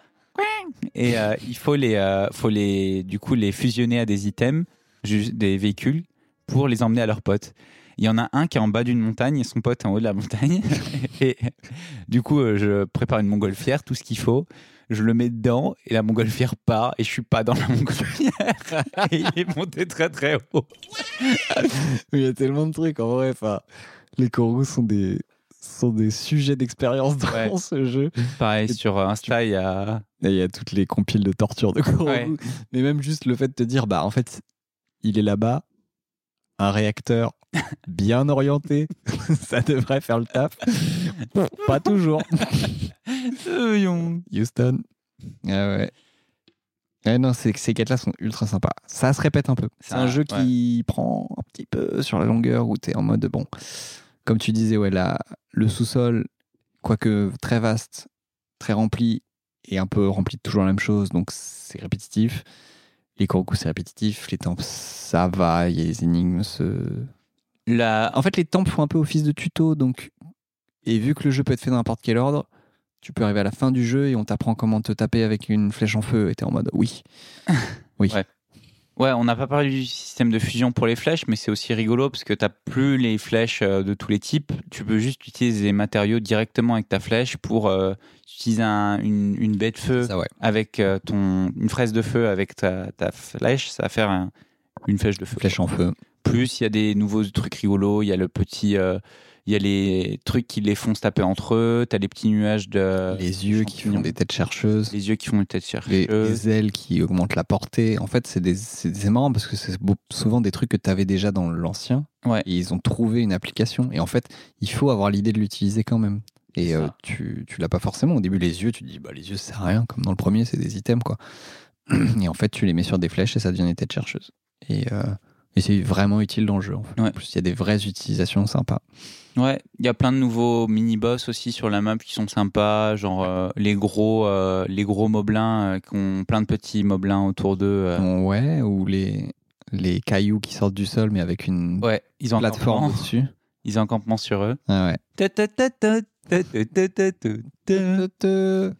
Et euh, il faut les, euh, faut les, du coup, les fusionner à des items, ju- des véhicules, pour les emmener à leurs potes. Il y en a un qui est en bas d'une montagne et son pote est en haut de la (laughs) montagne. et du coup, euh, je prépare une montgolfière, tout ce qu'il faut. Je le mets dedans et la montgolfière part et je suis pas dans la (laughs) montgolfière. et il est monté très très haut. Il y a tellement de trucs en vrai. Enfin, les coraux sont des sont des sujets d'expérience dans Ouais. ce jeu. Pareil Et sur euh, Insta, il y a. Et il y a toutes les compiles de torture de coraux. Ouais. Mais même juste le fait de te dire, bah en fait, il est là-bas, un réacteur bien orienté, (laughs) ça devrait faire le taf. Pas toujours. Houston. Ah ouais. Eh non, c'est que ces quêtes-là sont ultra sympas. Ça se répète un peu. C'est Ça, un jeu qui prend un petit peu sur la longueur où t'es en mode bon. Comme tu disais, ouais, là, le sous-sol, quoique très vaste, très rempli et un peu rempli de toujours la même chose, donc c'est répétitif. Les Koroku, c'est répétitif. Les temples, ça va. Il y a les énigmes. ce- La- En fait, les temples font un peu office de tuto, donc. Et vu que le jeu peut être fait dans n'importe quel ordre, tu peux arriver à la fin du jeu et on t'apprend comment te taper avec une flèche en feu et t'es en mode oui. Ouais, on n'a pas parlé du système de fusion pour les flèches, mais c'est aussi rigolo parce que t'as plus les flèches euh, de tous les types. Tu peux juste utiliser les matériaux directement avec ta flèche pour euh, utiliser un- une, une baie de feu Ça, ouais. avec euh, ton une fraise de feu avec ta, ta flèche, ça va faire un- une flèche de feu. Flèche en feu. Plus il y a des nouveaux trucs rigolos, il y a le petit, euh, il y a les trucs qui les font se taper entre eux. T'as les petits nuages de les yeux qui font Euh, champignons. des têtes chercheuses. les yeux qui font une tête sur Les, eux. les ailes qui augmentent la portée. En fait, c'est des- c'est c'est marrant parce que c'est beau- souvent des trucs que t'avais déjà dans l'ancien. Ouais. Et ils ont trouvé une application. Et en fait, il faut avoir l'idée de l'utiliser quand même. C'est Et ça. euh, tu, tu l'as pas forcément. Au début, les yeux, tu te dis, bah, les yeux, ça sert à rien. Comme dans le premier, c'est des items, quoi. (clears throat) Et en fait, tu les mets sur des flèches et ça devient des têtes chercheuses. Et, euh, et c'est vraiment utile dans le jeu. En, fait. Ouais. En plus, il y a des vraies utilisations sympas. Ouais, il y a plein de nouveaux mini-boss aussi sur la map qui sont sympas, genre euh, les gros euh, les gros moblins euh, qui ont plein de petits moblins autour d'eux. euh. Ouais, ou les, les cailloux qui sortent du sol, mais avec une Ouais, ils ont un plateforme campement, (laughs) au-dessus. ils ont un campement sur eux. Ah ouais. Je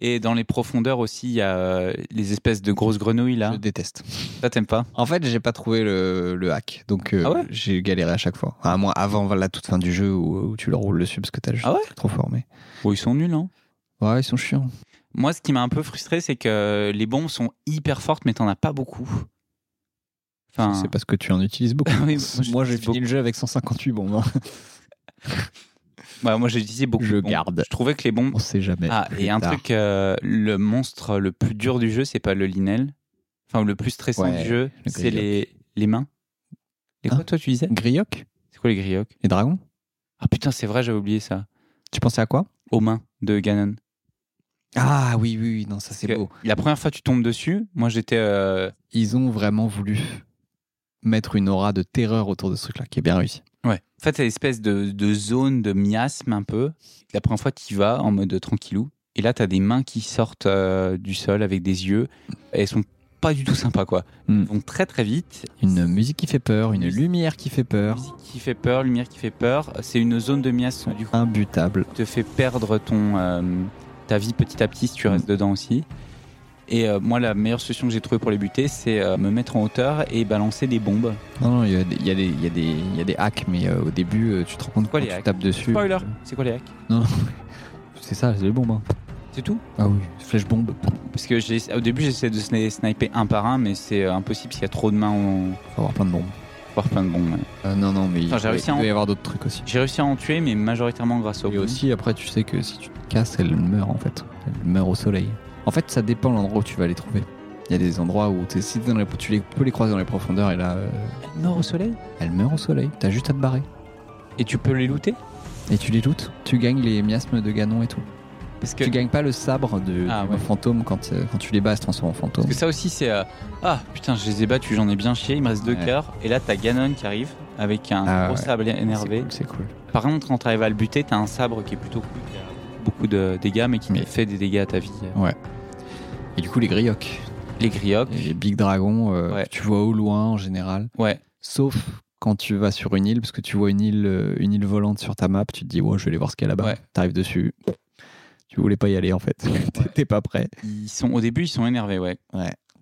Et dans les profondeurs aussi, il y a euh, les espèces de grosses grenouilles là. déteste. Ça t'aimes pas En fait, j'ai pas trouvé le, le hack, donc euh, Ah ouais j'ai galéré à chaque fois. À moins avant la toute fin du jeu où, où tu leur roules dessus parce que t'as juste Ah ouais le truc trop fort. Mais Oh, ils sont nuls hein. ouais, ils sont chiants. Moi, ce qui m'a un peu frustré, c'est que les bombes sont hyper fortes, mais t'en as pas beaucoup. Enfin, C'est parce que tu en utilises beaucoup. (laughs) Oui, (laughs) moi, j'ai j'utilise beaucoup. fini le jeu avec 158 bombes. hein. Ouais, bah, moi, j'utilisais beaucoup. Je de bombes. garde. Je trouvais que les bombes On sait jamais. Ah, plus et un tard. truc, euh, le monstre le plus dur du jeu, c'est pas le linel. Enfin, le plus stressant Ouais, du jeu, le c'est grioc. les, les mains. Les quoi, Hein toi, tu disais Grioc C'est quoi les griocs et dragon. Ah putain, c'est vrai, j'avais oublié ça. Tu pensais à quoi Aux mains de Ganon. Ah oui, oui, oui, non, ça c'est Que beau. La première fois, tu tombes dessus. Moi, j'étais. euh, Ils ont vraiment voulu mettre une aura de terreur autour de ce truc-là, qui est bien réussi. Ouais. En fait, c'est l'espèce de, de zone de miasme un peu. La première fois, tu vas en mode tranquillou. Et là, t'as des mains qui sortent euh, du sol avec des yeux. Et elles sont pas du tout sympas, quoi. Mm. Elles vont très très vite. Une musique qui fait peur, une Musique. lumière qui fait peur, Musique qui fait peur, lumière qui fait peur. C'est une zone de miasme du coup. imbutable. te fait perdre ton euh, ta vie petit à petit si tu restes dedans aussi. Et euh, moi, la meilleure solution que j'ai trouvée pour les buter, c'est euh, me mettre en hauteur et balancer des bombes. Non, non, il y, a des- il y a des- il y a des- il y a des hacks, mais euh, au début, euh, tu te rends compte Quoi, quand les tu hacks tapes dessus. Spoiler C'est quoi les hacks C'est ça, c'est les bombes. hein. C'est tout Ah oui, flèche bombe. Parce que j'ai- au début, j'essaie de sni- sniper un par un, mais c'est euh, impossible s'il y a trop de mains, on Faut avoir plein de bombes. voir plein de bombes. ouais. Euh, non, non, mais il, Enfin, j'ai doit- réussi il à en- doit y avoir d'autres trucs aussi. J'ai réussi à en tuer, mais majoritairement grâce aux Et bombes. aussi, après, tu sais que si tu te casses, elle meurt en fait. Elle meurt au soleil. En fait, ça dépend l'endroit où tu vas les trouver. Il y a des endroits où t'es- si t'es dans les- tu les- peux les croiser dans les profondeurs et là, euh, Mort au soleil elle meurt au soleil. T'as juste à te barrer. Et tu peux les looter Et tu les lootes. Tu gagnes les miasmes de Ganon et tout. Parce que Tu gagnes pas le sabre de, Ah, du ouais. fantôme quand, euh, quand tu les bats, elles se transforme en fantôme. Parce que ça aussi, c'est. euh, ah putain, je les ai battus, j'en ai bien chié, il me reste deux Ouais. cœurs. Et là, t'as Ganon qui arrive avec un Ah gros ouais. sable énervé. C'est cool. Par contre, quand t'arrives à le buter, t'as un sabre qui est plutôt cool, qui a beaucoup de dégâts, mais qui Mais- fait des dégâts à ta vie. Et du coup, les griocs. Les griocs, Et les big dragons, euh, Ouais. tu vois au loin en général. ouais. Sauf quand tu vas sur une île, parce que tu vois une île, euh, une île volante sur ta map, tu te dis, ouais, je vais aller voir ce qu'il y a là-bas. Ouais. T'arrives dessus. Tu voulais pas y aller en fait. (laughs) T'étais pas prêt. Ils sont, au début, ils sont énervés, ouais.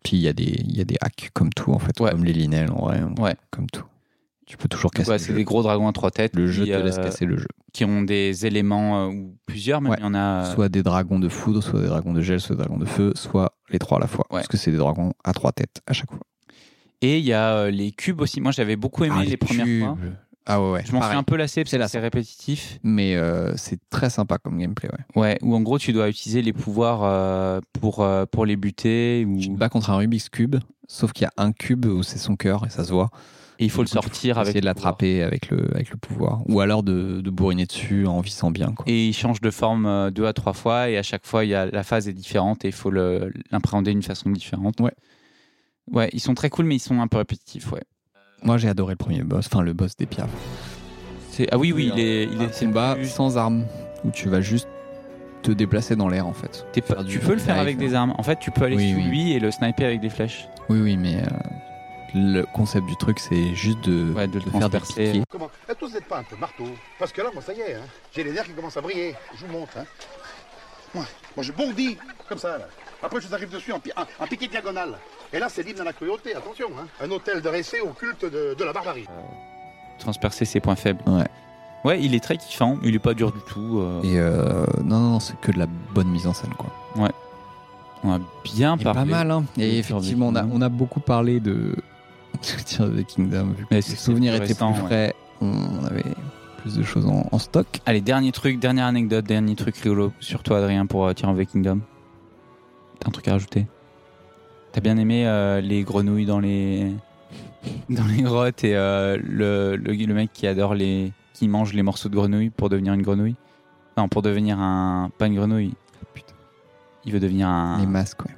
Puis il y, a des- il y a des hacks comme tout en fait, Ouais. comme les linelles, en vrai, Ouais. comme tout. Tu peux toujours Donc, casser ouais, le c'est jeu. des gros dragons à trois têtes. Le jeu qui, te laisse euh, casser le jeu. Qui ont des éléments, euh, ou plusieurs, mais Ouais. il y en a. euh, Soit des dragons de foudre, soit des dragons de gel, soit des dragons de feu, soit les trois à la fois. Ouais. Parce que c'est des dragons à trois têtes à chaque fois. Et il y a euh, les cubes aussi. Moi, j'avais beaucoup aimé Ah, les, les premières cubes. fois. Ah ouais, ouais. Je m'en suis pareil. un peu lassé parce C'est que lassant. c'est répétitif. Mais euh, c'est très sympa comme gameplay. Ouais. Ouais, où en gros, tu dois utiliser les pouvoirs euh, pour, euh, pour les buter. Ou... Tu te bats contre un Rubik's Cube, sauf qu'il y a un cube où c'est son cœur et ça se voit. Et il faut le Du coup, tu sortir Faut avec. Essayer de le pouvoir. l'attraper avec le, avec le pouvoir. Ou alors de, de bourriner dessus en vissant bien. Quoi. Et il change de forme euh, deux à trois fois. Et à chaque fois, il y a, la phase est différente et il faut le- l'appréhender d'une façon différente. Ouais. Ouais, ils sont très cool, mais ils sont un peu répétitifs, ouais. Moi j'ai adoré le premier boss, enfin le boss des piafs. C'est- Ah oui, oui, il est. Il Il est est c'est combat plus- sans armes, où tu vas juste te déplacer dans l'air en fait. t'es pas- faire du tu peux le faire dive. avec des armes. En fait, tu peux aller Oui, sur oui. lui et le sniper avec des flèches. Oui, oui, mais euh, le concept du truc, c'est juste de, Ouais, de le de faire des transpercer. piquets. Comment Eh, Tous n'êtes pas un peu marteau Parce que là, moi, ça y est, hein, j'ai les nerfs qui commencent à briller. Je vous montre. Hein. Moi, moi, je bondis comme ça. Là. Après, je vous arrive dessus en, pi- en- en piqué diagonale. Et là, c'est libre dans la cruauté, attention. Hein. Un hôtel dressé au culte de, de la barbarie. Transpercer ses points faibles. Ouais. Ouais, il est très kiffant. Il est pas dur du tout. euh, Et euh, non, non, non, c'est que de la bonne mise en scène, quoi. On a bien Et parlé. pas mal, hein. de Et effectivement, on a, Surviving. on a beaucoup parlé de (laughs) Tears of the Kingdom, vu que Mais les c'est- souvenirs c'est plus étaient plus récent, frais, on avait plus de choses en, en stock. Allez, dernier truc, dernière anecdote, dernier truc rigolo sur toi, Adrien, pour euh, Tyrion of the Kingdom. T'as un truc à rajouter T'as bien aimé euh, les grenouilles dans les (laughs) dans les grottes et euh, le, le, le mec qui adore les qui mange les morceaux de grenouille pour devenir une grenouille Non, pour devenir un pas une grenouille. Ah, Putain. Il veut devenir un. Les masques, ouais.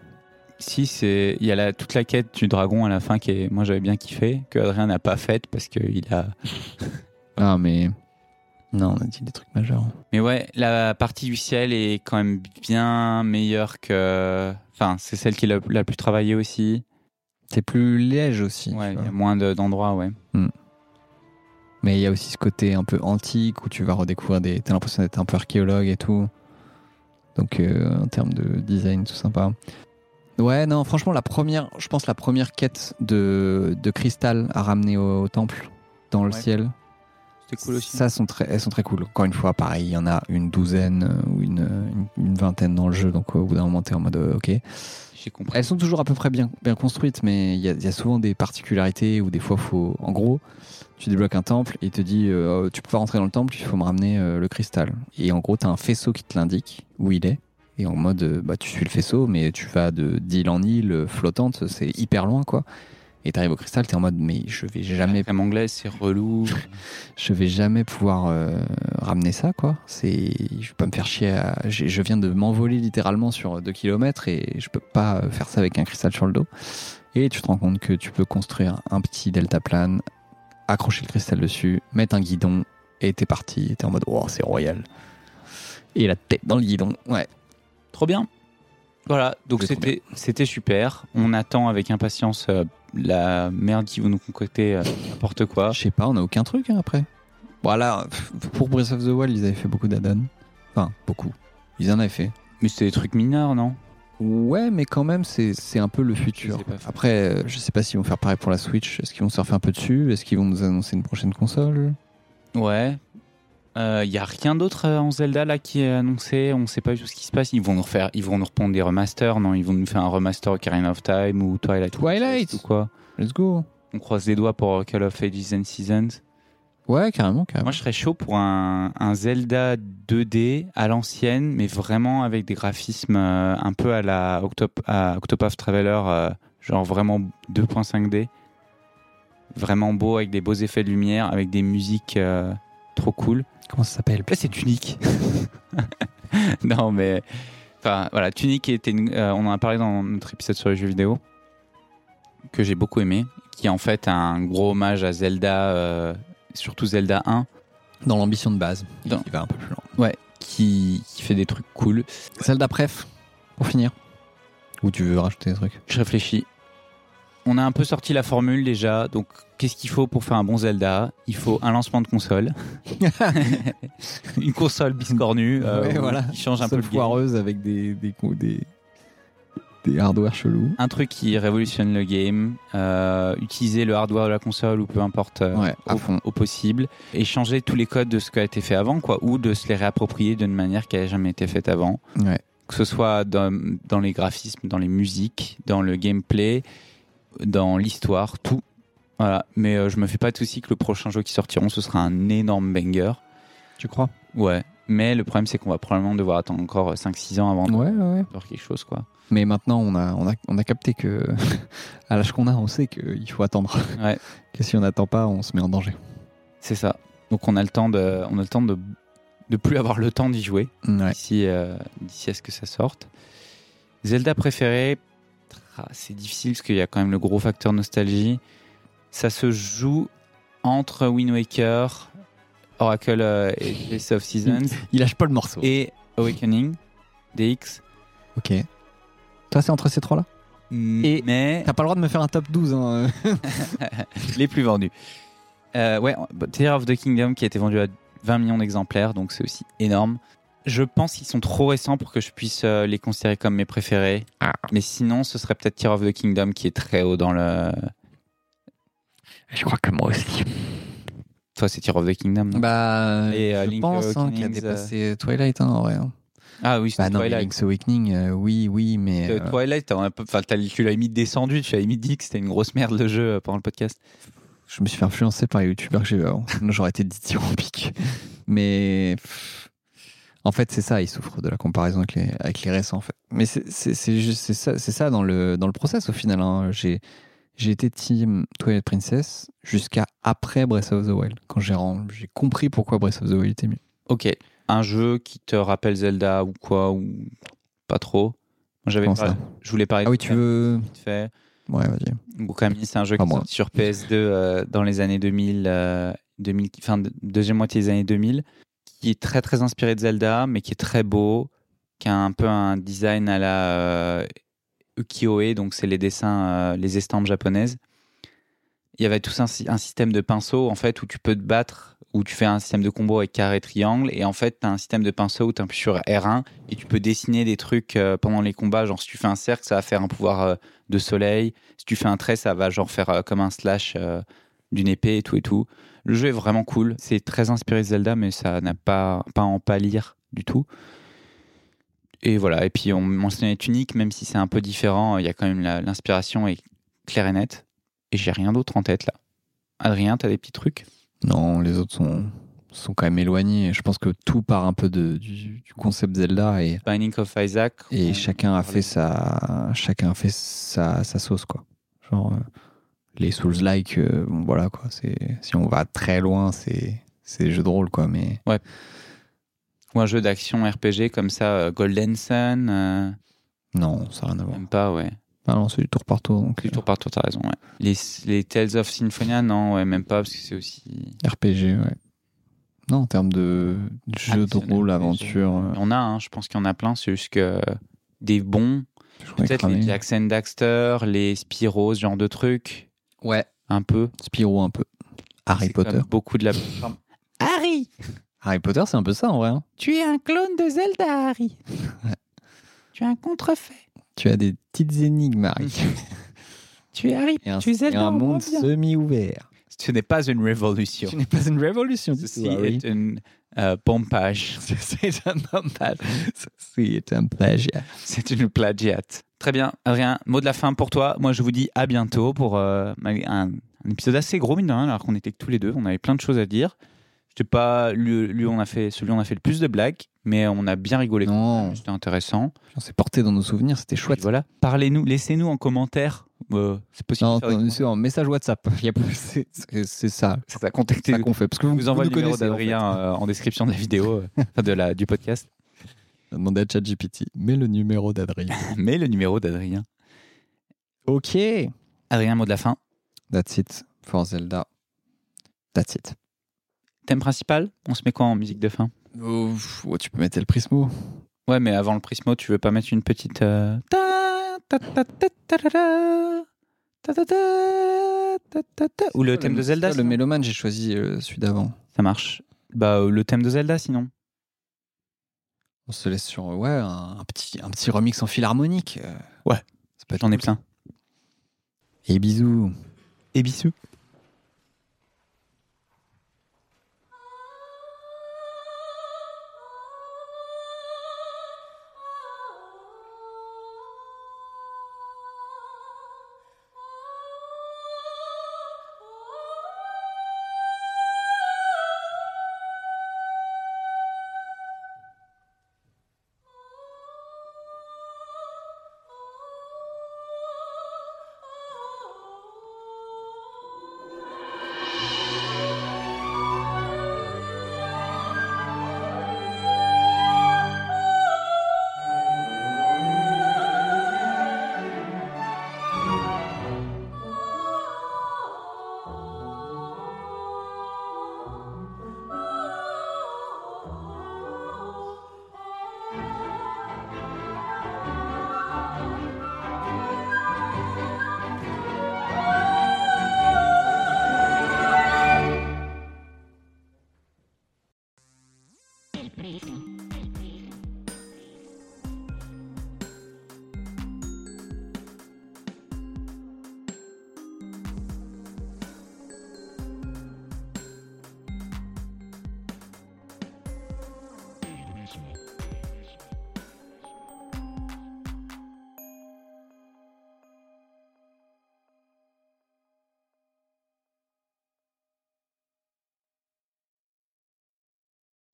Si c'est il y a la, toute la quête du dragon à la fin qui est moi j'avais bien kiffé que Adrien n'a pas faite parce que il a Ah, mais. Non, on a dit des trucs majeurs. Mais ouais, la partie du ciel est quand même bien meilleure que. Enfin, c'est celle qui l'a l'a plus travaillée aussi. C'est plus léger aussi. tu Ouais, il vois. y a moins de- d'endroits, ouais. Mais il y a aussi ce côté un peu antique où tu vas redécouvrir des. T'as l'impression d'être un peu archéologue et tout. Donc euh, en termes de design, tout sympa. Ouais, non, franchement, la première, je pense, la première quête de, de cristal à ramener au, au temple dans le Ouais. ciel. C'était cool aussi. Ça, sont très, elles sont très cool. Encore une fois, pareil, il y en a une douzaine euh, ou une, une- une vingtaine dans le jeu. Donc au bout d'un moment, t'es en mode euh, OK. J'ai compris. Elles sont toujours à peu près bien, bien construites, mais il y, a- il y a souvent des particularités où des fois, faut. En gros, tu débloques un temple et il te dit euh, Tu peux pas rentrer dans le temple, il faut me ramener euh, le cristal. Et en gros, tu as un faisceau qui te l'indique où il est. Et en mode euh, bah, Tu suis le faisceau, mais tu vas de d'île en île euh, flottante, c'est hyper loin quoi. Et t'arrives au cristal, t'es en mode Mais je vais jamais, Même anglais, c'est relou. je vais jamais pouvoir euh, ramener ça quoi. C'est, Je vais pas me faire chier. à- j'ai- Je viens de m'envoler littéralement sur 2 km et je peux pas euh, faire ça avec un cristal sur le dos. Et tu te rends compte que tu peux construire un petit deltaplane, accrocher le cristal dessus, mettre un guidon, et t'es parti. T'es en mode, oh, c'est royal. Et la tête dans le guidon. Ouais. (laughs) Trop bien. Voilà, donc C'est trop c'était c'était super. On attend avec impatience euh, la merde qui vous nous concocter euh, n'importe quoi. Je sais pas, on a aucun truc hein, après. Voilà, pour Breath of the Wild, ils avaient fait beaucoup d'add-ons. Enfin, beaucoup. Ils en avaient fait. Mais c'était des trucs mineurs, non Ouais, mais quand même, c'est c'est un peu le sais futur. pas faire. Après, euh, je sais pas s'ils vont faire pareil pour la Switch. Est-ce qu'ils vont surfer un peu dessus Est-ce qu'ils vont nous annoncer une prochaine console Ouais. Il y a rien d'autre euh, en Zelda là qui est annoncé. On sait pas du tout ce qui se passe. Ils vont nous refaire, ils vont nous repondre des remasters. Non, ils vont nous faire un remaster Ocarina of Time ou Twilight. Twilight. Princess ou quoi Let's go. On croise les doigts pour euh, Call of Ages and Seasons. Ouais, carrément, carrément. Moi, je serais chaud pour un, un Zelda 2D à l'ancienne, mais vraiment avec des graphismes euh, un peu à la Octop- à Octopath Traveler, euh, genre vraiment 2.5D. Vraiment beau, avec des beaux effets de lumière, avec des musiques euh, trop cool. Comment ça s'appelle Là, c'est Tunic. (laughs) non, mais. Enfin, voilà, Tunic était. une- euh, on en a parlé dans notre épisode sur les jeux vidéo, que j'ai beaucoup aimé, qui est en fait un gros hommage à Zelda, euh, surtout Zelda 1, Dans l'ambition de base. Il Dans- il va un peu plus loin. qui, qui fait des trucs cool. Celle d'après, pour finir. Ou tu veux rajouter des trucs Je réfléchis. on a un peu sorti la formule déjà. Donc, qu'est-ce qu'il faut pour faire un bon Zelda Il faut un lancement de console, (laughs) une console biscornue euh, Ouais, voilà. qui change un peu Seule le game. foireuse avec des, des, cou- des, des hardware chelous. Un truc qui révolutionne le game, euh, utiliser le hardware de la console ou peu importe euh, Ouais, à au, fond. au possible, et changer tous les codes de ce qui a été fait avant, quoi, ou de se les réapproprier d'une manière qui n'avait jamais été faite avant. Ouais. que ce soit dans, dans les graphismes, dans les musiques, dans le gameplay, dans l'histoire, tout. Voilà. Mais euh, je me fais pas de soucis que le prochain jeu qui sortiront, ce sera un énorme banger. Tu crois Ouais. Mais le problème, c'est qu'on va probablement devoir attendre encore 5-6 ans avant de Ouais, ouais, ouais. voir quelque chose, quoi. Mais maintenant, on a, on a, on a capté que, (laughs) à l'âge qu'on a, on sait qu'il faut attendre. Ouais. que si on n'attend pas, on se met en danger. C'est ça. Donc on a le temps de, on a le temps de, de plus avoir le temps d'y jouer. Ouais. d'ici euh, d'ici à ce que ça sorte. Zelda préféré, tra- c'est difficile parce qu'il y a quand même le gros facteur nostalgie. Ça se joue entre Wind Waker, Oracle euh, et Face of (laughs) Seasons Il lâche pas le morceau. et Awakening DX. Ok. Toi, c'est entre ces trois-là Et- mais T'as pas le droit de me faire un top 12. Hein. (laughs) les plus vendus. Euh, ouais, Tear of the Kingdom qui a été vendu à 20 millions d'exemplaires, donc c'est aussi énorme. Je pense qu'ils sont trop récents pour que je puisse euh, les considérer comme mes préférés. Ah. Mais sinon, ce serait peut-être Tear of the Kingdom qui est très haut dans le. Je crois que moi aussi. Toi, c'est Tear of the Kingdom. non Bah, Et, euh, je Link pense hein, qu'il a Awakenings, dépassé Twilight, hein, en vrai. hein. ah oui, c'est Bah non, mais Twilight. Link's Awakening, euh, oui, oui, mais... Euh, euh, Twilight, t'as un peu- enfin, t'as- tu l'as limite descendu, tu as limite dit que c'était une grosse merde le jeu euh, pendant le podcast. Je me suis fait influencer par les youtubeurs que j'ai eu (laughs) avant. Sinon, J'aurais été dithyrambique. Mais pff, en fait, c'est ça, ils souffrent de la comparaison avec les, avec les récents. En fait. Mais c'est c'est- c'est juste- c'est ça, c'est ça dans, le, dans le process au final. hein. J'ai j'ai été team Twilight Princess jusqu'à après Breath of the Wild, quand j'ai ren- j'ai compris pourquoi Breath of the Wild était mieux. Ok. Un jeu qui te rappelle Zelda ou quoi, ou pas trop. Moi, J'avais Comment pas- ça Je voulais parler Ah oui, de- tu veux. vite fait. Ouais, vas-y. Gokami, c'est un jeu Pas qui est moi. sorti sur PS2 euh, dans les années 2000, euh, 2000 enfin, de- deuxième moitié des années 2000, qui est très très inspiré de Zelda, mais qui est très beau, qui a un peu un design à la euh, ukiyo-e, donc c'est les dessins, euh, les estampes japonaises. Il y avait tout un, sy- un système de pinceau en fait où tu peux te battre, où tu fais un système de combo avec carré triangle, et en fait tu as un système de pinceau où tu appuies sur R1 et tu peux dessiner des trucs euh, pendant les combats, genre si tu fais un cercle, ça va faire un pouvoir euh, de soleil. Si tu fais un trait, ça va genre faire euh, comme un slash euh, d'une épée et tout et tout. Le jeu est vraiment cool. C'est très inspiré de Zelda, mais ça n'a pas, pas à en pâlir du tout. Et voilà. Et puis on mentionnait Tunic, même si c'est un peu différent, il y a quand même la- l'inspiration est claire et nette. Et j'ai rien d'autre en tête là. Adrien, t'as des petits trucs Non, les autres sont, sont quand même éloignés. Je pense que tout part un peu de- du, du concept Zelda et, Binding of Isaac. Et on- chacun a fait sa, chacun a fait sa, sa sauce quoi. Genre euh, les Souls-like, euh, bon, voilà quoi. C'est si on va très loin, c'est c'est des jeux de rôle quoi. Mais Ou un jeu d'action RPG comme ça, euh, Golden Sun. euh, non, ça n'a rien à voir. Même pas, ouais. Ah non, c'est du tour par tour donc Du tour par tour, t'as raison. ouais. Les, les Tales of Symphonia, non, ouais, même pas, parce que c'est aussi. euh, RPG ouais. Non, en termes de jeux de Additionnel, rôle, RPG. aventure, euh, Il y en a, hein, je pense qu'il y en a plein, c'est juste que des bons. je crois Peut-être cramer. les Jackson Daxter, les Spyro, ce genre de trucs, Ouais, un peu. Spyro un peu. Harry C'est quand Potter. même Beaucoup de la. Harry Harry Potter, c'est un peu ça en vrai. hein. Tu es un clone de Zelda, Harry Tu es un contrefait. Tu as des petites énigmes, Harry. Tu es Harry. Et un, Tu es et Zelda. un monde semi-ouvert. Ce n'est pas une révolution. Tu bah n'es pas une révolution. du Ceci tout, Harry. est une euh, pompage. C'est un hommage. C'est un plagiat. (laughs) C'est une plagiate. Très bien, Adrien, mot de la fin pour toi. Moi, je vous dis à bientôt pour euh, un, un épisode assez gros, mine de rien, alors qu'on était que tous les deux. On avait plein de choses à dire. J'étais pas. Lui, lui, on a fait, celui, on a fait le plus de blagues, mais on a bien rigolé. Non, C'était intéressant. on s'est porté dans nos souvenirs, c'était Et chouette. Voilà. Parlez-nous, laissez-nous en commentaire. Euh, c'est possible. Non, de faire des non, c'est en message WhatsApp. Il y a pas- c'est- C'est c'est ça, commentaires. C'est à contacter. c'est ça qu'on fait. Parce que vous, vous envoie vous le nous numéro connaissez, en fait. d'Adrien euh, en description de la (laughs) vidéo, euh, enfin, de la, du podcast. euh. Demandez à ChatGPT, mets le numéro d'Adrien. Mais le numéro d'Adrien. ok. Adrien, mot de la fin. That's it for Zelda. That's it. Thème principal On se met quoi en musique de fin Ouf, oh, tu peux mettre le prismo. Ouais, mais avant le Prismo, tu veux pas mettre une petite. euh, ta, ta, ta, ta, ta, ta, ta, ta, Ta ta ta, ta ta ta. Ou le C'est thème pas de Zelda. c'est pas sinon. Le mélomane, j'ai choisi euh, celui d'avant. Ça marche. Bah, euh, le thème de Zelda, sinon. On se laisse sur euh, ouais, un, un petit, un petit remix en philharmonique. euh, Ouais. ça peut être J'en ai cool, plein. ça. Et bisous. Et bisous.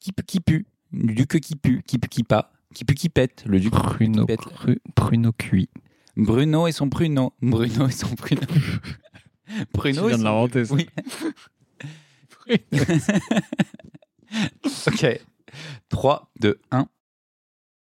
Qui pue, qui pue. Du duc qui pue, qui pue, qui pas. Qui pue, qui pète. Le duc Pruno, Pipette. cru, pruno cuit. Bruno et son pruneau. Bruno et son pruneau. Bruno et son... l'inventer, Oui. (laughs) ok. 3, 2, 1.